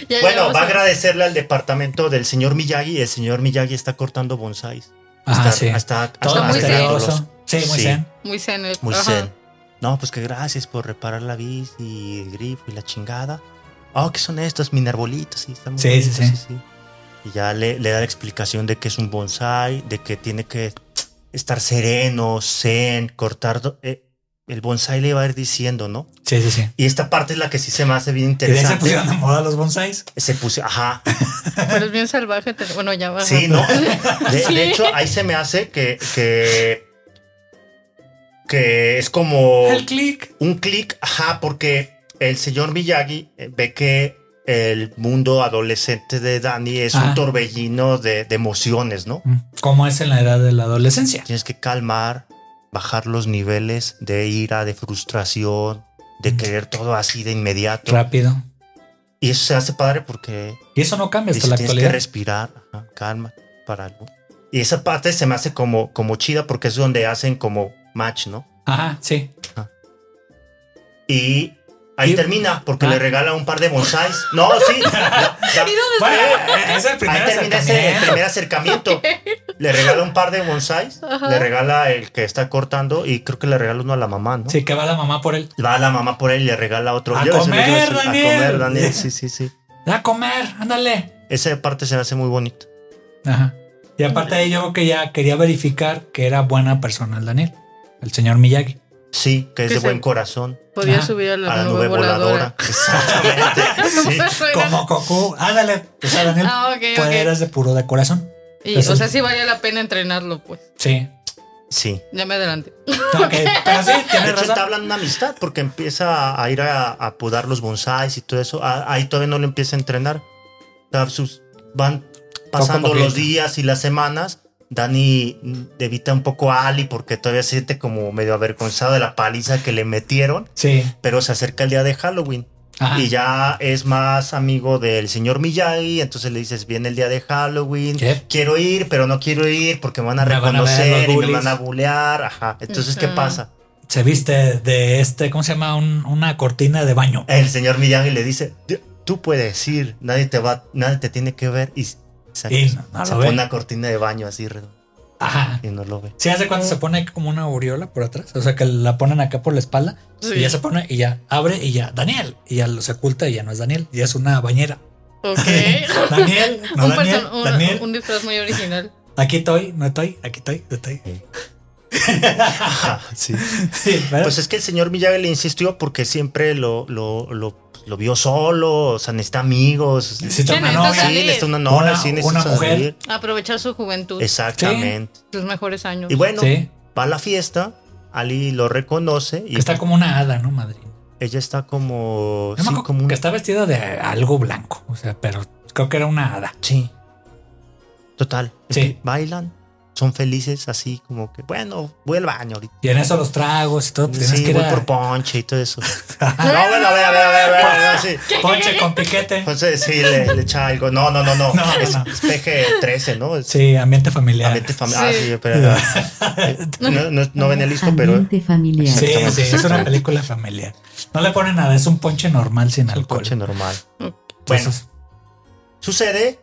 [SPEAKER 3] Ya
[SPEAKER 2] Bueno,
[SPEAKER 3] llegamos
[SPEAKER 2] va a
[SPEAKER 3] a-
[SPEAKER 2] agradecerle al departamento del señor Miyagi. El señor Miyagi está cortando bonsáis.
[SPEAKER 1] ah,
[SPEAKER 2] Está-
[SPEAKER 1] sí.
[SPEAKER 2] Está,
[SPEAKER 1] Todo
[SPEAKER 2] hasta
[SPEAKER 1] muy
[SPEAKER 3] zen.
[SPEAKER 2] arreglándolos.
[SPEAKER 1] misterioso. Sí, muy
[SPEAKER 2] Sí.
[SPEAKER 1] zen.
[SPEAKER 3] Muy zen. el-
[SPEAKER 2] Muy
[SPEAKER 3] ajá.
[SPEAKER 2] zen. No, pues que gracias por reparar la bici y el grifo y la chingada. Oh, ¿qué son estos? Min arbolitos. Sí, están muy
[SPEAKER 1] Sí, sí,
[SPEAKER 2] bonitos,
[SPEAKER 1] sí.
[SPEAKER 2] Y ya le, le da la explicación de que es un bonsai, de que tiene que estar sereno, zen, cortar. do- eh, el bonsai le va a ir diciendo, ¿no?
[SPEAKER 1] Sí, sí, sí.
[SPEAKER 2] Y esta parte es la que sí se me hace bien
[SPEAKER 1] Y de ahí se
[SPEAKER 2] interesante.
[SPEAKER 1] pusieron de moda los bonsáis.
[SPEAKER 2] Se puso, ajá,
[SPEAKER 3] Pero es bien salvaje. te- Bueno, ya va.
[SPEAKER 2] sí, ¿no? De,
[SPEAKER 3] Sí.
[SPEAKER 2] de hecho, ahí se me hace que, que, que es como...
[SPEAKER 1] El click.
[SPEAKER 2] un clic, ajá, porque el señor Miyagi eh, ve que el mundo adolescente de Dani es un
[SPEAKER 1] Ah.
[SPEAKER 2] torbellino de, de emociones, ¿no?
[SPEAKER 1] Mm. Como es en la edad de la adolescencia.
[SPEAKER 2] Tienes que calmar, bajar los niveles de ira, de frustración,
[SPEAKER 1] Mm.
[SPEAKER 2] de querer todo así de inmediato.
[SPEAKER 1] Rápido.
[SPEAKER 2] Y eso se hace padre porque
[SPEAKER 1] Y eso no cambia hasta
[SPEAKER 2] dice,
[SPEAKER 1] la
[SPEAKER 2] tienes que
[SPEAKER 1] actualidad.
[SPEAKER 2] respirar, ajá, calma, para algo. Y esa parte se me hace como, como chida porque es donde hacen como match, ¿no?
[SPEAKER 1] Ajá, sí.
[SPEAKER 2] Y Ahí
[SPEAKER 1] Y-
[SPEAKER 2] termina, porque
[SPEAKER 1] Ah.
[SPEAKER 2] le regala un par de bonsáis. No, sí. ya- ya.
[SPEAKER 1] Bueno, eh, es el primer
[SPEAKER 2] Ahí termina ese el
[SPEAKER 1] acercamiento.
[SPEAKER 2] primer acercamiento. Le regala un par de bonsáis, le regala el que está cortando y creo que le regala uno a la mamá, ¿no?
[SPEAKER 1] Sí, que va la mamá por él.
[SPEAKER 2] Va la mamá por él y le regala otro.
[SPEAKER 1] A
[SPEAKER 2] Lléveselo,
[SPEAKER 1] comer,
[SPEAKER 2] lléveselo,
[SPEAKER 1] Daniel.
[SPEAKER 2] A comer, Daniel. Sí, sí, sí.
[SPEAKER 1] A comer, ándale.
[SPEAKER 2] Esa parte se me hace muy bonita.
[SPEAKER 1] Ajá. Y aparte de ello, creo que ya quería verificar que era buena persona el Daniel, el señor Miyagi.
[SPEAKER 2] Sí, que es
[SPEAKER 3] Que
[SPEAKER 2] de
[SPEAKER 3] se-
[SPEAKER 2] buen corazón.
[SPEAKER 3] Podía
[SPEAKER 1] Ah,
[SPEAKER 3] subir a
[SPEAKER 2] A
[SPEAKER 3] la,
[SPEAKER 2] la
[SPEAKER 3] nube, voladora.
[SPEAKER 2] Exactamente. Sí.
[SPEAKER 1] Como Goku, ándale. O sea, Daniel,
[SPEAKER 3] Ah, ok,
[SPEAKER 1] pues
[SPEAKER 3] ok.
[SPEAKER 1] eras de puro de corazón.
[SPEAKER 3] Y,
[SPEAKER 1] Eso
[SPEAKER 3] o
[SPEAKER 1] es-
[SPEAKER 3] sea, sí valía la pena entrenarlo, pues.
[SPEAKER 1] Sí.
[SPEAKER 2] Sí.
[SPEAKER 3] Ya me adelanté.
[SPEAKER 1] Ok, pero sí,
[SPEAKER 2] De
[SPEAKER 1] tienes
[SPEAKER 2] hecho,
[SPEAKER 1] razón.
[SPEAKER 2] está hablando de una amistad porque empieza a ir a, a podar los bonsáis y todo eso. A- ahí todavía no le empieza a entrenar. O sea, sus- van pasando
[SPEAKER 1] poquito.
[SPEAKER 2] los días y las semanas. Dani mm, evita un poco a Ali porque todavía se siente como medio avergonzado de la paliza que le metieron.
[SPEAKER 1] Sí.
[SPEAKER 2] Pero se acerca el día de Halloween
[SPEAKER 1] Ajá.
[SPEAKER 2] y ya es más amigo del señor Miyagi. Entonces le dices: Viene el día de Halloween.
[SPEAKER 1] ¿Qué?
[SPEAKER 2] Quiero ir, pero no quiero ir porque me van a
[SPEAKER 1] Me van a ver los
[SPEAKER 2] reconocer y me
[SPEAKER 1] bullies.
[SPEAKER 2] van a bulear. Ajá. Entonces, ¿qué
[SPEAKER 3] Ujú.
[SPEAKER 2] pasa?
[SPEAKER 1] Se viste de este, ¿cómo se llama? Un- una cortina de baño.
[SPEAKER 2] El señor Miyagi le dice, "Tú- tú puedes ir, nadie te va, nadie te tiene que ver. Y se,
[SPEAKER 1] Y no lo
[SPEAKER 2] se
[SPEAKER 1] ve.
[SPEAKER 2] pone una cortina de baño así redondo,
[SPEAKER 1] Ajá.
[SPEAKER 2] y no lo ve.
[SPEAKER 1] Si hace cuánto se pone como una aureola por atrás, o sea que la ponen acá por la espalda
[SPEAKER 3] Sí.
[SPEAKER 1] y ya se pone y ya abre y ya Daniel y ya lo se oculta y ya no es Daniel, ya es una bañera.
[SPEAKER 3] Ok.
[SPEAKER 1] Daniel, no
[SPEAKER 3] ¿Eh? un,
[SPEAKER 1] Daniel,
[SPEAKER 3] person- un-
[SPEAKER 1] Daniel,
[SPEAKER 3] un disfraz muy original.
[SPEAKER 1] aquí estoy, no estoy, aquí estoy, no estoy.
[SPEAKER 2] Ajá, Ah, sí.
[SPEAKER 1] Sí, ¿verdad?
[SPEAKER 2] Pues es que el señor Miyagi le insistió porque siempre lo, lo, lo, lo vio solo, o sea, necesita amigos.
[SPEAKER 1] Necesita
[SPEAKER 3] una
[SPEAKER 2] Sí,
[SPEAKER 3] novia.
[SPEAKER 2] Sí, necesita una novia,
[SPEAKER 1] Una-
[SPEAKER 2] sí,
[SPEAKER 1] una
[SPEAKER 2] necesita
[SPEAKER 1] mujer.
[SPEAKER 2] salir.
[SPEAKER 3] Aprovechar su juventud,
[SPEAKER 2] Exactamente.
[SPEAKER 3] sus mejores años.
[SPEAKER 2] Y bueno,
[SPEAKER 1] Sí,
[SPEAKER 2] va a la fiesta, Ali lo reconoce y
[SPEAKER 1] que está como una hada, ¿no, Madrid?
[SPEAKER 2] ella está como...
[SPEAKER 1] Yo me
[SPEAKER 2] sí,
[SPEAKER 1] acuerdo
[SPEAKER 2] como un-
[SPEAKER 1] que está vestida de algo blanco, o sea, pero creo que era una hada.
[SPEAKER 2] Sí. Total.
[SPEAKER 1] Sí.
[SPEAKER 2] Bailan. Son felices así como que, bueno, voy al baño ahorita.
[SPEAKER 1] Y en eso los tragos y todo, pues tienes
[SPEAKER 2] Sí,
[SPEAKER 1] que ir
[SPEAKER 2] voy
[SPEAKER 1] a-
[SPEAKER 2] por ponche y todo eso. Ah, no, bueno, a ver, a ver, a ver, a ver, a ver, sí.
[SPEAKER 1] ponche con piquete.
[SPEAKER 2] Entonces sí, le, le echa algo. No, no, no, no.
[SPEAKER 1] No,
[SPEAKER 2] es,
[SPEAKER 1] no.
[SPEAKER 2] es PG-13, ¿no? Es
[SPEAKER 1] Sí, ambiente familiar.
[SPEAKER 2] ambiente fami- Ah,
[SPEAKER 3] Sí.
[SPEAKER 2] sí, pero... eh, No, no, no ven el listo, pero...
[SPEAKER 8] Ambiente familiar.
[SPEAKER 1] Sí,
[SPEAKER 2] Exactamente.
[SPEAKER 1] sí, es una película familiar. No le ponen nada, es un ponche normal sin
[SPEAKER 2] El
[SPEAKER 1] alcohol.
[SPEAKER 2] coche normal. Bueno,
[SPEAKER 1] Entonces,
[SPEAKER 2] sucede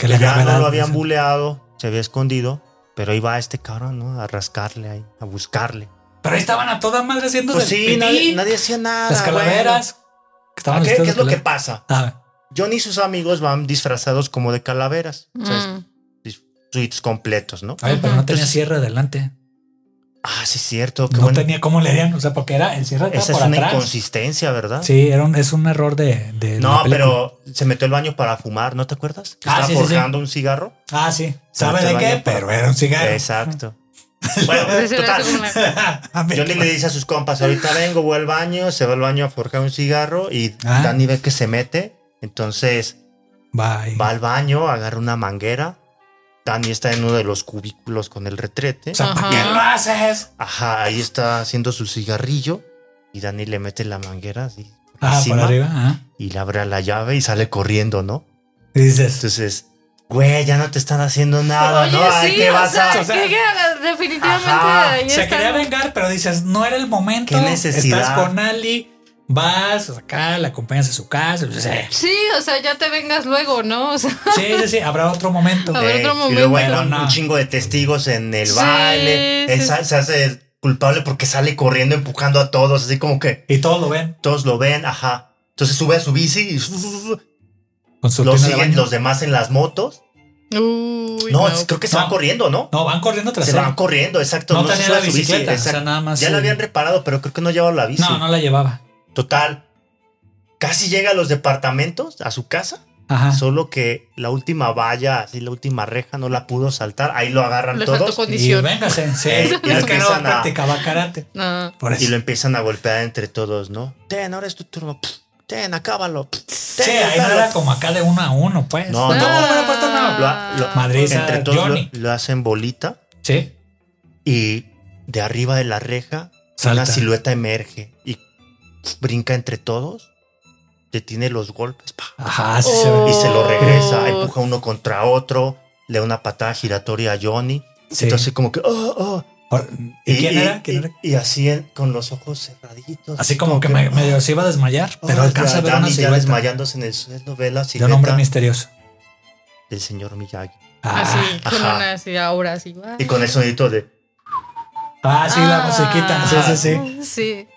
[SPEAKER 1] Que
[SPEAKER 2] que,
[SPEAKER 1] la
[SPEAKER 2] ya
[SPEAKER 1] gravedad,
[SPEAKER 2] no lo
[SPEAKER 1] dice.
[SPEAKER 2] habían buleado, se había escondido, pero ahí va este cabrón, ¿no? A rascarle ahí, a buscarle.
[SPEAKER 1] pero ahí estaban a toda madre haciendo
[SPEAKER 2] Pues
[SPEAKER 1] del
[SPEAKER 2] sí,
[SPEAKER 1] pipí,
[SPEAKER 2] nadie, nadie hacía nada.
[SPEAKER 1] las calaveras. que
[SPEAKER 2] bueno.
[SPEAKER 1] estaban
[SPEAKER 2] ¿A ¿Qué,
[SPEAKER 1] vestidas de
[SPEAKER 2] ¿Qué es lo que
[SPEAKER 1] calavera.
[SPEAKER 2] pasa?
[SPEAKER 1] Ah,
[SPEAKER 2] Johnny y sus amigos van disfrazados como de calaveras. O sea,
[SPEAKER 3] Mm.
[SPEAKER 2] es- suites completos, ¿no?
[SPEAKER 1] ay, pero no tenía
[SPEAKER 3] Pues
[SPEAKER 2] Entonces-
[SPEAKER 1] cierre adelante.
[SPEAKER 2] Ah, sí, es cierto. Qué
[SPEAKER 1] No
[SPEAKER 2] bueno.
[SPEAKER 1] tenía cómo le harían, o sea, porque era el cierre
[SPEAKER 2] Esa
[SPEAKER 1] estaba
[SPEAKER 2] es
[SPEAKER 1] por
[SPEAKER 2] una
[SPEAKER 1] atrás.
[SPEAKER 2] inconsistencia, ¿verdad?
[SPEAKER 1] Sí, era un- es un error de. de la película.
[SPEAKER 2] No, pero se metió al baño para fumar, ¿no te acuerdas? Que
[SPEAKER 1] Ah,
[SPEAKER 2] Estaba
[SPEAKER 1] sí, sí, sí.
[SPEAKER 2] forjando un cigarro.
[SPEAKER 1] Ah, sí.
[SPEAKER 2] Se
[SPEAKER 1] ¿Sabe
[SPEAKER 2] metió
[SPEAKER 1] de
[SPEAKER 2] al
[SPEAKER 1] qué?
[SPEAKER 2] baño para-
[SPEAKER 1] Pero era un cigarro.
[SPEAKER 2] Exacto. Bueno,
[SPEAKER 3] Ese era
[SPEAKER 2] total.
[SPEAKER 3] como una-
[SPEAKER 2] Johnny le dice a sus compas, ahorita vengo, voy al baño, se va al baño a forjar un cigarro y
[SPEAKER 1] Ah.
[SPEAKER 2] Dani ve que se mete, entonces
[SPEAKER 1] Bye.
[SPEAKER 2] va al baño, agarra una manguera, Dani está en uno de los cubículos con el retrete,
[SPEAKER 1] O sea, ¿para
[SPEAKER 3] Ajá.
[SPEAKER 1] qué lo haces?
[SPEAKER 2] ajá, ahí está haciendo su cigarrillo y Dani le mete la manguera así
[SPEAKER 1] Ah, por
[SPEAKER 2] encima,
[SPEAKER 1] arriba. ah.
[SPEAKER 2] y le abre la llave y sale corriendo, ¿no?
[SPEAKER 1] Y dices,
[SPEAKER 2] Entonces, güey, ya no te están haciendo nada,
[SPEAKER 3] Oye,
[SPEAKER 2] ¿no? Ay,
[SPEAKER 3] sí,
[SPEAKER 2] ¿qué
[SPEAKER 3] o
[SPEAKER 2] vas
[SPEAKER 3] sea,
[SPEAKER 2] a...?
[SPEAKER 1] o sea,
[SPEAKER 3] que- que definitivamente
[SPEAKER 2] Ajá,
[SPEAKER 3] ahí
[SPEAKER 1] se
[SPEAKER 3] está,
[SPEAKER 1] quería
[SPEAKER 3] ¿no?
[SPEAKER 1] vengar, pero dices, no era el momento.
[SPEAKER 2] Qué necesidad.
[SPEAKER 1] Estás con Ali, vas acá, la acompañas a su casa. o sea, sí,
[SPEAKER 3] Sí, o sea, ya te vengas luego, ¿no? O sea,
[SPEAKER 1] sí, sí, habrá otro momento.
[SPEAKER 3] A ver,
[SPEAKER 2] Eh,
[SPEAKER 3] otro
[SPEAKER 2] Y luego hay
[SPEAKER 1] momento.
[SPEAKER 2] un,
[SPEAKER 1] No.
[SPEAKER 2] un chingo de testigos en el
[SPEAKER 3] Sí,
[SPEAKER 2] baile. Él
[SPEAKER 3] sí,
[SPEAKER 2] sa- se hace culpable porque sale corriendo, empujando a todos, así como que
[SPEAKER 1] Y todos lo ven
[SPEAKER 2] todos lo ven, ajá. Entonces sube a su bici y
[SPEAKER 1] con su
[SPEAKER 2] lo
[SPEAKER 1] tina de
[SPEAKER 2] siguen
[SPEAKER 1] baño.
[SPEAKER 2] los demás en las motos.
[SPEAKER 3] Uy,
[SPEAKER 2] no, creo que se
[SPEAKER 1] No.
[SPEAKER 2] van corriendo, ¿no?
[SPEAKER 1] No, van corriendo tras
[SPEAKER 2] se
[SPEAKER 1] él.
[SPEAKER 2] van corriendo, exacto.
[SPEAKER 1] No
[SPEAKER 2] se
[SPEAKER 1] tenía
[SPEAKER 2] sube
[SPEAKER 1] la
[SPEAKER 2] a su bici,
[SPEAKER 1] bicicleta, o sea,
[SPEAKER 2] exacto.
[SPEAKER 1] nada más
[SPEAKER 2] Ya
[SPEAKER 1] el-
[SPEAKER 2] la habían reparado, pero creo que no llevaba la bici.
[SPEAKER 1] No, no la llevaba.
[SPEAKER 2] Total. Casi llega a los departamentos, a su casa,
[SPEAKER 1] Ajá.
[SPEAKER 2] solo que la última valla, así la última reja, no la pudo saltar. Ahí lo agarran
[SPEAKER 3] Les faltó
[SPEAKER 2] todos.
[SPEAKER 1] y
[SPEAKER 3] condición.
[SPEAKER 1] véngase, sí.
[SPEAKER 2] Eh, y
[SPEAKER 1] es que no
[SPEAKER 2] empiezan a-
[SPEAKER 1] practicaba karate.
[SPEAKER 3] No.
[SPEAKER 1] Por eso.
[SPEAKER 2] Y lo empiezan a golpear entre todos, ¿no? Ten, ahora es tu turno. Pff, Ten, acábalo. Pff, Ten,
[SPEAKER 1] sí, ahí no
[SPEAKER 2] acábalo.
[SPEAKER 1] era como acá de uno a uno, pues.
[SPEAKER 2] No, no.
[SPEAKER 1] no me lo he puesto
[SPEAKER 3] Ah.
[SPEAKER 1] nada.
[SPEAKER 2] Lo ha- lo-
[SPEAKER 1] Madrid, o sea,
[SPEAKER 2] entre todos
[SPEAKER 1] Johnny.
[SPEAKER 2] lo, lo hacen bolita
[SPEAKER 1] Sí.
[SPEAKER 2] y de arriba de la reja
[SPEAKER 1] Salta.
[SPEAKER 2] una silueta emerge y brinca entre todos, detiene los golpes pa,
[SPEAKER 1] Ajá, sí
[SPEAKER 2] y
[SPEAKER 1] se
[SPEAKER 2] se lo
[SPEAKER 3] Oh.
[SPEAKER 2] regresa, empuja uno contra otro, le da una patada giratoria a Johnny.
[SPEAKER 1] ve. Sí.
[SPEAKER 2] Entonces como que, oh, oh,
[SPEAKER 1] Por- ¿Y, quién era? ¿Quién era?
[SPEAKER 2] y- pues, y así en- con los ojos cerraditos.
[SPEAKER 1] Así como que me- medio se iba a desmayar, pero alcanza a ver una
[SPEAKER 2] Dani Oh, ya
[SPEAKER 1] silueta
[SPEAKER 2] desmayándose en el suelo, ve la
[SPEAKER 1] de un hombre
[SPEAKER 2] silueta
[SPEAKER 1] misterioso.
[SPEAKER 2] del señor Miyagi.
[SPEAKER 1] Ah,
[SPEAKER 3] así, con
[SPEAKER 2] ajá.
[SPEAKER 3] una así, ahora así. guau.
[SPEAKER 2] Y con pues, el sonidito de...
[SPEAKER 1] Ah, sí, la
[SPEAKER 3] Ah.
[SPEAKER 1] musiquita. Sí, sí, sí.
[SPEAKER 3] Sí.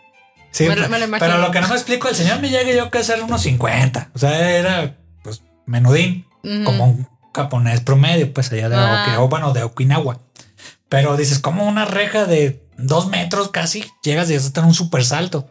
[SPEAKER 1] Sí,
[SPEAKER 3] Ah. Me lo-
[SPEAKER 1] pe-
[SPEAKER 3] me
[SPEAKER 1] pero
[SPEAKER 3] lo imagino.
[SPEAKER 1] lo que no me explico, el señor Miyagi yo que ser unos 50. O sea, era pues menudín,
[SPEAKER 3] Ujú.
[SPEAKER 1] como un japonés promedio, pues allá de
[SPEAKER 3] Mm. Ah.
[SPEAKER 1] Oki- o bueno, de Okinawa. Pero dices, como una reja de dos metros casi, llegas y estás en un super salto.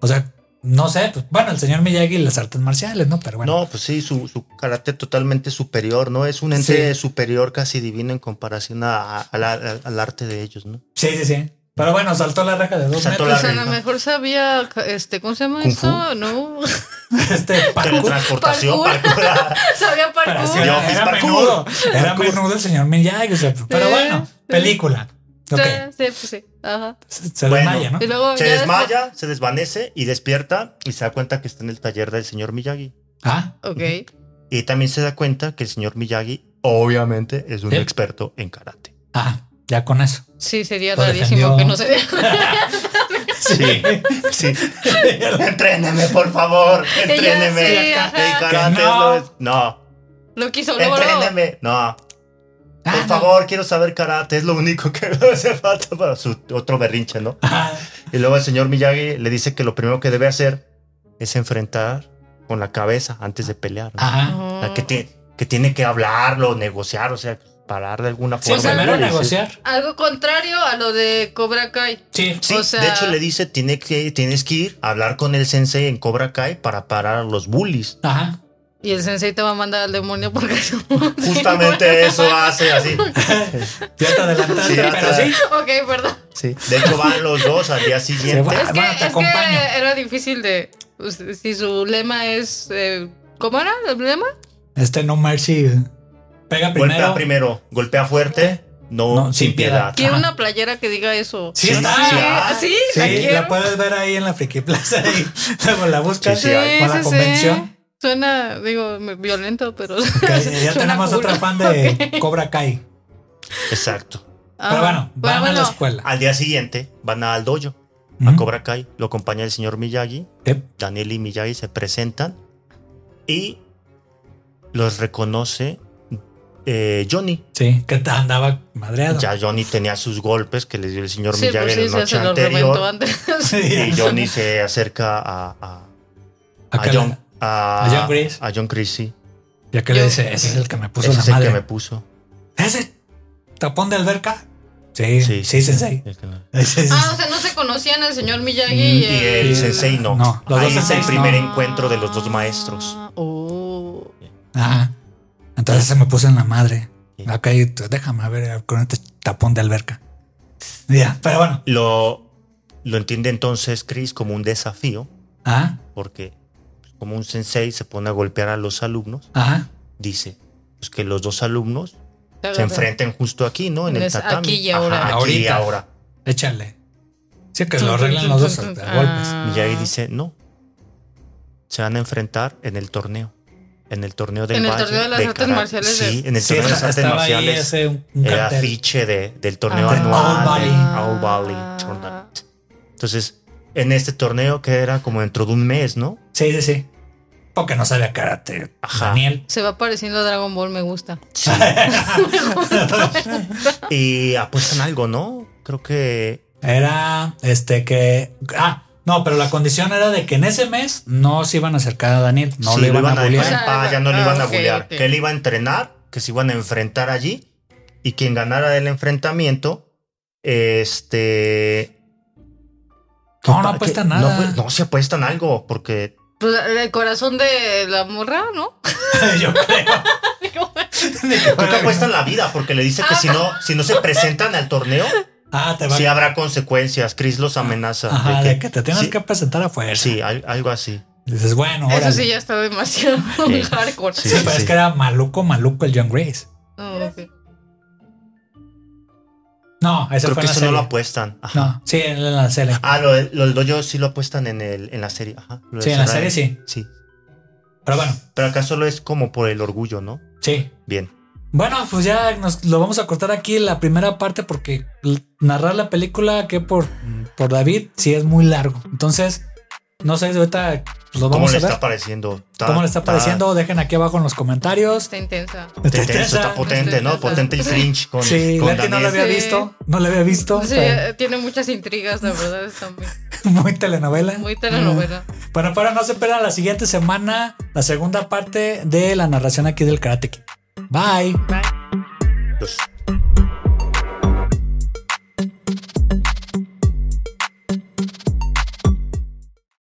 [SPEAKER 1] O sea, no sé, pues bueno, el señor Miyagi y las artes marciales, ¿no? Pero bueno.
[SPEAKER 2] No, pues sí, su, su carácter totalmente superior, ¿no? Es un ente superior casi divino en comparación a- a la- a- al arte de ellos, ¿no?
[SPEAKER 1] Sí, sí, sí. Pero bueno, saltó la reja de dos
[SPEAKER 2] Saltó
[SPEAKER 3] Pues
[SPEAKER 1] metros.
[SPEAKER 2] la
[SPEAKER 3] a lo mejor sabía, ca- este, ¿cómo se llama
[SPEAKER 2] Kung
[SPEAKER 3] esto? No,
[SPEAKER 1] Este parkour.
[SPEAKER 2] Teletransportación,
[SPEAKER 3] Parkour.
[SPEAKER 2] parkour.
[SPEAKER 3] sabía
[SPEAKER 1] Pero sí,
[SPEAKER 3] parkour.
[SPEAKER 2] Yo,
[SPEAKER 1] era,
[SPEAKER 2] mis
[SPEAKER 1] era
[SPEAKER 2] parkour.
[SPEAKER 1] menudo. Era
[SPEAKER 2] Parkour.
[SPEAKER 1] menudo el señor Miyagi. o sea, pero
[SPEAKER 3] Sí,
[SPEAKER 1] bueno,
[SPEAKER 3] sí.
[SPEAKER 1] película. Ok, Ah,
[SPEAKER 3] Sí, sí, pues sí. Ajá.
[SPEAKER 1] se se
[SPEAKER 2] Bueno.
[SPEAKER 1] desmaya, ¿no?
[SPEAKER 3] Y luego
[SPEAKER 2] Se
[SPEAKER 3] ya después-
[SPEAKER 2] desmaya, se desvanece y despierta y se da cuenta que está en el taller del señor Miyagi.
[SPEAKER 1] Ah,
[SPEAKER 3] Ok.
[SPEAKER 2] Y también se da cuenta que el señor Miyagi, obviamente, es un
[SPEAKER 1] Sí.
[SPEAKER 2] experto en karate.
[SPEAKER 1] ah, ya con eso.
[SPEAKER 3] Sí, sería
[SPEAKER 1] Lo
[SPEAKER 3] rarísimo que
[SPEAKER 1] defendió.
[SPEAKER 3] no se
[SPEAKER 2] Sí, sí. Entréneme, por favor. Entréneme.
[SPEAKER 3] sí, ajá.
[SPEAKER 2] El karate
[SPEAKER 1] Que no.
[SPEAKER 2] es lo- No.
[SPEAKER 3] Lo quiso luego, luego.
[SPEAKER 2] Entréneme. No.
[SPEAKER 1] Ah,
[SPEAKER 2] Por
[SPEAKER 1] no.
[SPEAKER 2] favor, quiero saber karate. Es lo único que me hace falta para su otro berrinche, ¿no?
[SPEAKER 1] Ah,
[SPEAKER 2] Y luego el señor Miyagi le dice que lo primero que debe hacer es enfrentar con la cabeza antes de pelear. ¿no?
[SPEAKER 1] ajá.
[SPEAKER 2] O sea, que, ti- que tiene que hablarlo, negociar, o sea, parar de alguna
[SPEAKER 1] Sí,
[SPEAKER 2] forma.
[SPEAKER 1] primero
[SPEAKER 2] ¿no? Y dice-
[SPEAKER 1] negociar.
[SPEAKER 3] Algo contrario a lo de Cobra Kai.
[SPEAKER 1] Sí.
[SPEAKER 2] Sí,
[SPEAKER 3] O sea-
[SPEAKER 2] de hecho le dice, tiene que, tienes que ir a hablar con el sensei en Cobra Kai para parar a los bullies.
[SPEAKER 1] Ajá.
[SPEAKER 3] Y el sensei te va a mandar al demonio porque es un-
[SPEAKER 2] Justamente eso hace así.
[SPEAKER 1] Ya te adelantaste,
[SPEAKER 2] Sí, ya
[SPEAKER 1] pero
[SPEAKER 2] te-
[SPEAKER 1] sí.
[SPEAKER 3] Ok, perdón.
[SPEAKER 2] Sí. De hecho van los dos al día
[SPEAKER 1] Se
[SPEAKER 2] siguiente.
[SPEAKER 1] va,
[SPEAKER 3] Es que,
[SPEAKER 1] va, Ah, te
[SPEAKER 3] es que
[SPEAKER 1] acompaña.
[SPEAKER 3] era difícil de. pues, Si su lema es. eh, ¿Cómo era el lema?
[SPEAKER 1] Este no mercy. Pega
[SPEAKER 2] Golpea
[SPEAKER 1] primero.
[SPEAKER 2] primero, golpea fuerte, no,
[SPEAKER 1] No,
[SPEAKER 2] sin
[SPEAKER 1] sin
[SPEAKER 2] piedad.
[SPEAKER 1] piedad.
[SPEAKER 3] Quiero
[SPEAKER 1] Ajá.
[SPEAKER 3] una playera que diga eso.
[SPEAKER 1] Sí,
[SPEAKER 2] Sí,
[SPEAKER 1] está.
[SPEAKER 2] sí,
[SPEAKER 1] Ah,
[SPEAKER 3] sí,
[SPEAKER 1] sí,
[SPEAKER 3] la quiero.
[SPEAKER 1] la puedes ver ahí en la Friki Plaza y luego la buscas
[SPEAKER 2] Sí, sí, hay.
[SPEAKER 1] para la convención.
[SPEAKER 3] Suena, digo, me- violento, pero.
[SPEAKER 1] Ok,
[SPEAKER 3] suena
[SPEAKER 1] ya tenemos
[SPEAKER 3] cool.
[SPEAKER 1] otra fan de Cobra Kai.
[SPEAKER 2] Exacto.
[SPEAKER 3] Ah,
[SPEAKER 1] Pero bueno, van a la escuela.
[SPEAKER 2] Al día siguiente van al dojo, a
[SPEAKER 1] Ujú.
[SPEAKER 2] Cobra Kai, lo acompaña el señor Miyagi,
[SPEAKER 1] Yep.
[SPEAKER 2] Daniel y Miyagi se presentan y los reconoce eh, Johnny.
[SPEAKER 1] Sí, que te andaba madreado.
[SPEAKER 2] Ya Johnny tenía sus golpes que les dio el señor
[SPEAKER 3] Sí,
[SPEAKER 2] Miyagi
[SPEAKER 3] pues sí,
[SPEAKER 2] la
[SPEAKER 3] se,
[SPEAKER 2] noche
[SPEAKER 3] se lo reventó
[SPEAKER 2] anterior.
[SPEAKER 3] antes.
[SPEAKER 1] Sí,
[SPEAKER 2] Y Johnny se acerca a, a- a
[SPEAKER 1] Acá
[SPEAKER 2] John.
[SPEAKER 1] la-
[SPEAKER 2] A,
[SPEAKER 1] a John Grease.
[SPEAKER 2] a John Grease, sí.
[SPEAKER 1] Ya que
[SPEAKER 3] Yo-
[SPEAKER 1] le dice, ese es el que me puso
[SPEAKER 2] Ese
[SPEAKER 1] la
[SPEAKER 2] es el
[SPEAKER 1] madre.
[SPEAKER 2] que me puso.
[SPEAKER 1] ¿Ese tapón de alberca? Sí,
[SPEAKER 2] Sí,
[SPEAKER 1] sí,
[SPEAKER 2] sí.
[SPEAKER 1] sensei.
[SPEAKER 2] El que no.
[SPEAKER 1] Ese es-
[SPEAKER 3] ah, o sea, no se conocían el señor
[SPEAKER 1] Mm,
[SPEAKER 3] Miyagi
[SPEAKER 2] Y
[SPEAKER 3] y el.
[SPEAKER 2] el sensei no.
[SPEAKER 1] No, los dos
[SPEAKER 2] Ahí es el
[SPEAKER 1] senseis no.
[SPEAKER 2] primer encuentro de los dos maestros.
[SPEAKER 3] Ah, Oh.
[SPEAKER 1] Ajá. Entonces se me puso en la madre.
[SPEAKER 2] Sí.
[SPEAKER 1] Ok, tú pues, déjame ver con este tapón de alberca. Ya, pero bueno.
[SPEAKER 2] Lo, lo entiende entonces Chris como un desafío,
[SPEAKER 1] Ajá,
[SPEAKER 2] porque pues, como un sensei se pone a golpear a los alumnos,
[SPEAKER 1] ajá.
[SPEAKER 2] dice pues, que los dos alumnos
[SPEAKER 3] Te
[SPEAKER 2] se
[SPEAKER 3] agarré.
[SPEAKER 2] enfrenten justo aquí, ¿no? En el
[SPEAKER 3] Es aquí
[SPEAKER 2] tatami.
[SPEAKER 3] y ahora.
[SPEAKER 2] Ajá, aquí y
[SPEAKER 1] Ahorita.
[SPEAKER 2] ahora.
[SPEAKER 1] Échale. Sí, que lo arreglan los dos a- a golpes.
[SPEAKER 3] Ah.
[SPEAKER 2] Y ahí dice, no, se van a enfrentar en el torneo. En el torneo del
[SPEAKER 3] En el
[SPEAKER 2] valle
[SPEAKER 3] torneo de las artes
[SPEAKER 2] karate.
[SPEAKER 3] marciales de-
[SPEAKER 2] Sí, en el
[SPEAKER 1] Sí,
[SPEAKER 2] torneo de las
[SPEAKER 1] esta-
[SPEAKER 2] artes
[SPEAKER 1] estaba ahí
[SPEAKER 2] marciales.
[SPEAKER 1] ese un, un
[SPEAKER 2] el
[SPEAKER 1] cartel.
[SPEAKER 2] afiche de- del torneo
[SPEAKER 3] Ah.
[SPEAKER 2] anual
[SPEAKER 1] All
[SPEAKER 2] del
[SPEAKER 1] Valley.
[SPEAKER 2] All Valley Tournament. Entonces, en este torneo que era como dentro de un mes, ¿no?
[SPEAKER 1] Sí, sí, sí. Porque no sabe a karate.
[SPEAKER 2] Ajá.
[SPEAKER 1] Daniel.
[SPEAKER 3] Se va pareciendo a Dragon Ball, me gusta.
[SPEAKER 2] Sí. y apuestan algo, ¿no? Creo que
[SPEAKER 1] Era este que. Ah, no, pero la condición era de que en ese mes no se iban a acercar a Daniel. No
[SPEAKER 2] sí,
[SPEAKER 1] le iban, a
[SPEAKER 2] dejar
[SPEAKER 1] bullear.
[SPEAKER 2] en
[SPEAKER 3] O sea,
[SPEAKER 2] paz, ya no le
[SPEAKER 3] ah,
[SPEAKER 2] iban a
[SPEAKER 3] ok,
[SPEAKER 2] bullear.
[SPEAKER 3] ok.
[SPEAKER 2] Que él iba a entrenar, que se iban a enfrentar allí. Y quien ganara del enfrentamiento, este.
[SPEAKER 1] No, no
[SPEAKER 2] que-
[SPEAKER 1] apuestan nada.
[SPEAKER 2] No, no se apuestan algo, porque
[SPEAKER 3] Pues el corazón de la morra, ¿no?
[SPEAKER 1] Yo creo.
[SPEAKER 2] Creo que apuestan la vida, porque le dice que si
[SPEAKER 3] Ah.
[SPEAKER 2] no, si no se presentan al torneo,
[SPEAKER 1] Ah, te va
[SPEAKER 2] sí habrá consecuencias. Chris los amenaza.
[SPEAKER 1] Ajá, de que te tienes
[SPEAKER 2] sí,
[SPEAKER 1] que presentar a fuerza.
[SPEAKER 2] Sí, al- algo así.
[SPEAKER 1] Dices, bueno,
[SPEAKER 3] Eso
[SPEAKER 1] órale.
[SPEAKER 3] sí
[SPEAKER 1] sí.
[SPEAKER 3] ya está demasiado
[SPEAKER 2] Sí.
[SPEAKER 3] hardcore.
[SPEAKER 2] Sí, sí,
[SPEAKER 1] pero
[SPEAKER 2] sí.
[SPEAKER 1] es que era maluco, maluco el John Grace.
[SPEAKER 3] Ah, ok.
[SPEAKER 1] No, ese
[SPEAKER 2] Creo
[SPEAKER 1] fue en
[SPEAKER 2] que
[SPEAKER 1] la
[SPEAKER 2] eso no
[SPEAKER 1] serie.
[SPEAKER 2] lo apuestan. Ajá.
[SPEAKER 1] No, sí, en la serie.
[SPEAKER 2] Ah, lo, lo del dojo sí lo apuestan en, el, en la serie. Ajá, lo de
[SPEAKER 1] sí, en la
[SPEAKER 2] Sarai.
[SPEAKER 1] serie sí.
[SPEAKER 2] Sí.
[SPEAKER 1] Pero bueno,
[SPEAKER 2] Pero acá solo es como por el orgullo, ¿no?
[SPEAKER 1] sí.
[SPEAKER 2] Bien.
[SPEAKER 1] Bueno, pues ya nos lo vamos a cortar aquí la primera parte porque l- narrar la película que por, por David sí es muy largo. Entonces, no sé, ahorita pues, lo
[SPEAKER 2] ¿Cómo
[SPEAKER 1] vamos
[SPEAKER 2] le
[SPEAKER 1] a ver.
[SPEAKER 2] está Ah. pareciendo?
[SPEAKER 1] ¿Cómo le está pareciendo? Dejen aquí abajo en los comentarios.
[SPEAKER 3] Está intensa.
[SPEAKER 2] Está intenso, está potente,
[SPEAKER 3] Está
[SPEAKER 2] ¿no?
[SPEAKER 3] intensa.
[SPEAKER 2] Potente el cringe con,
[SPEAKER 1] Sí,
[SPEAKER 2] con
[SPEAKER 1] Leti no lo
[SPEAKER 2] Daniel.
[SPEAKER 1] había
[SPEAKER 3] Sí.
[SPEAKER 1] visto. No lo había visto.
[SPEAKER 3] Sí,
[SPEAKER 1] pero
[SPEAKER 3] eh, tiene muchas intrigas, la verdad, está muy,
[SPEAKER 1] muy telenovela.
[SPEAKER 3] muy
[SPEAKER 2] Ah.
[SPEAKER 3] telenovela.
[SPEAKER 1] Bueno, pero no se pierdan la siguiente semana la segunda parte de la narración aquí del Karate Kid. Bye.
[SPEAKER 3] Bye.
[SPEAKER 2] Los-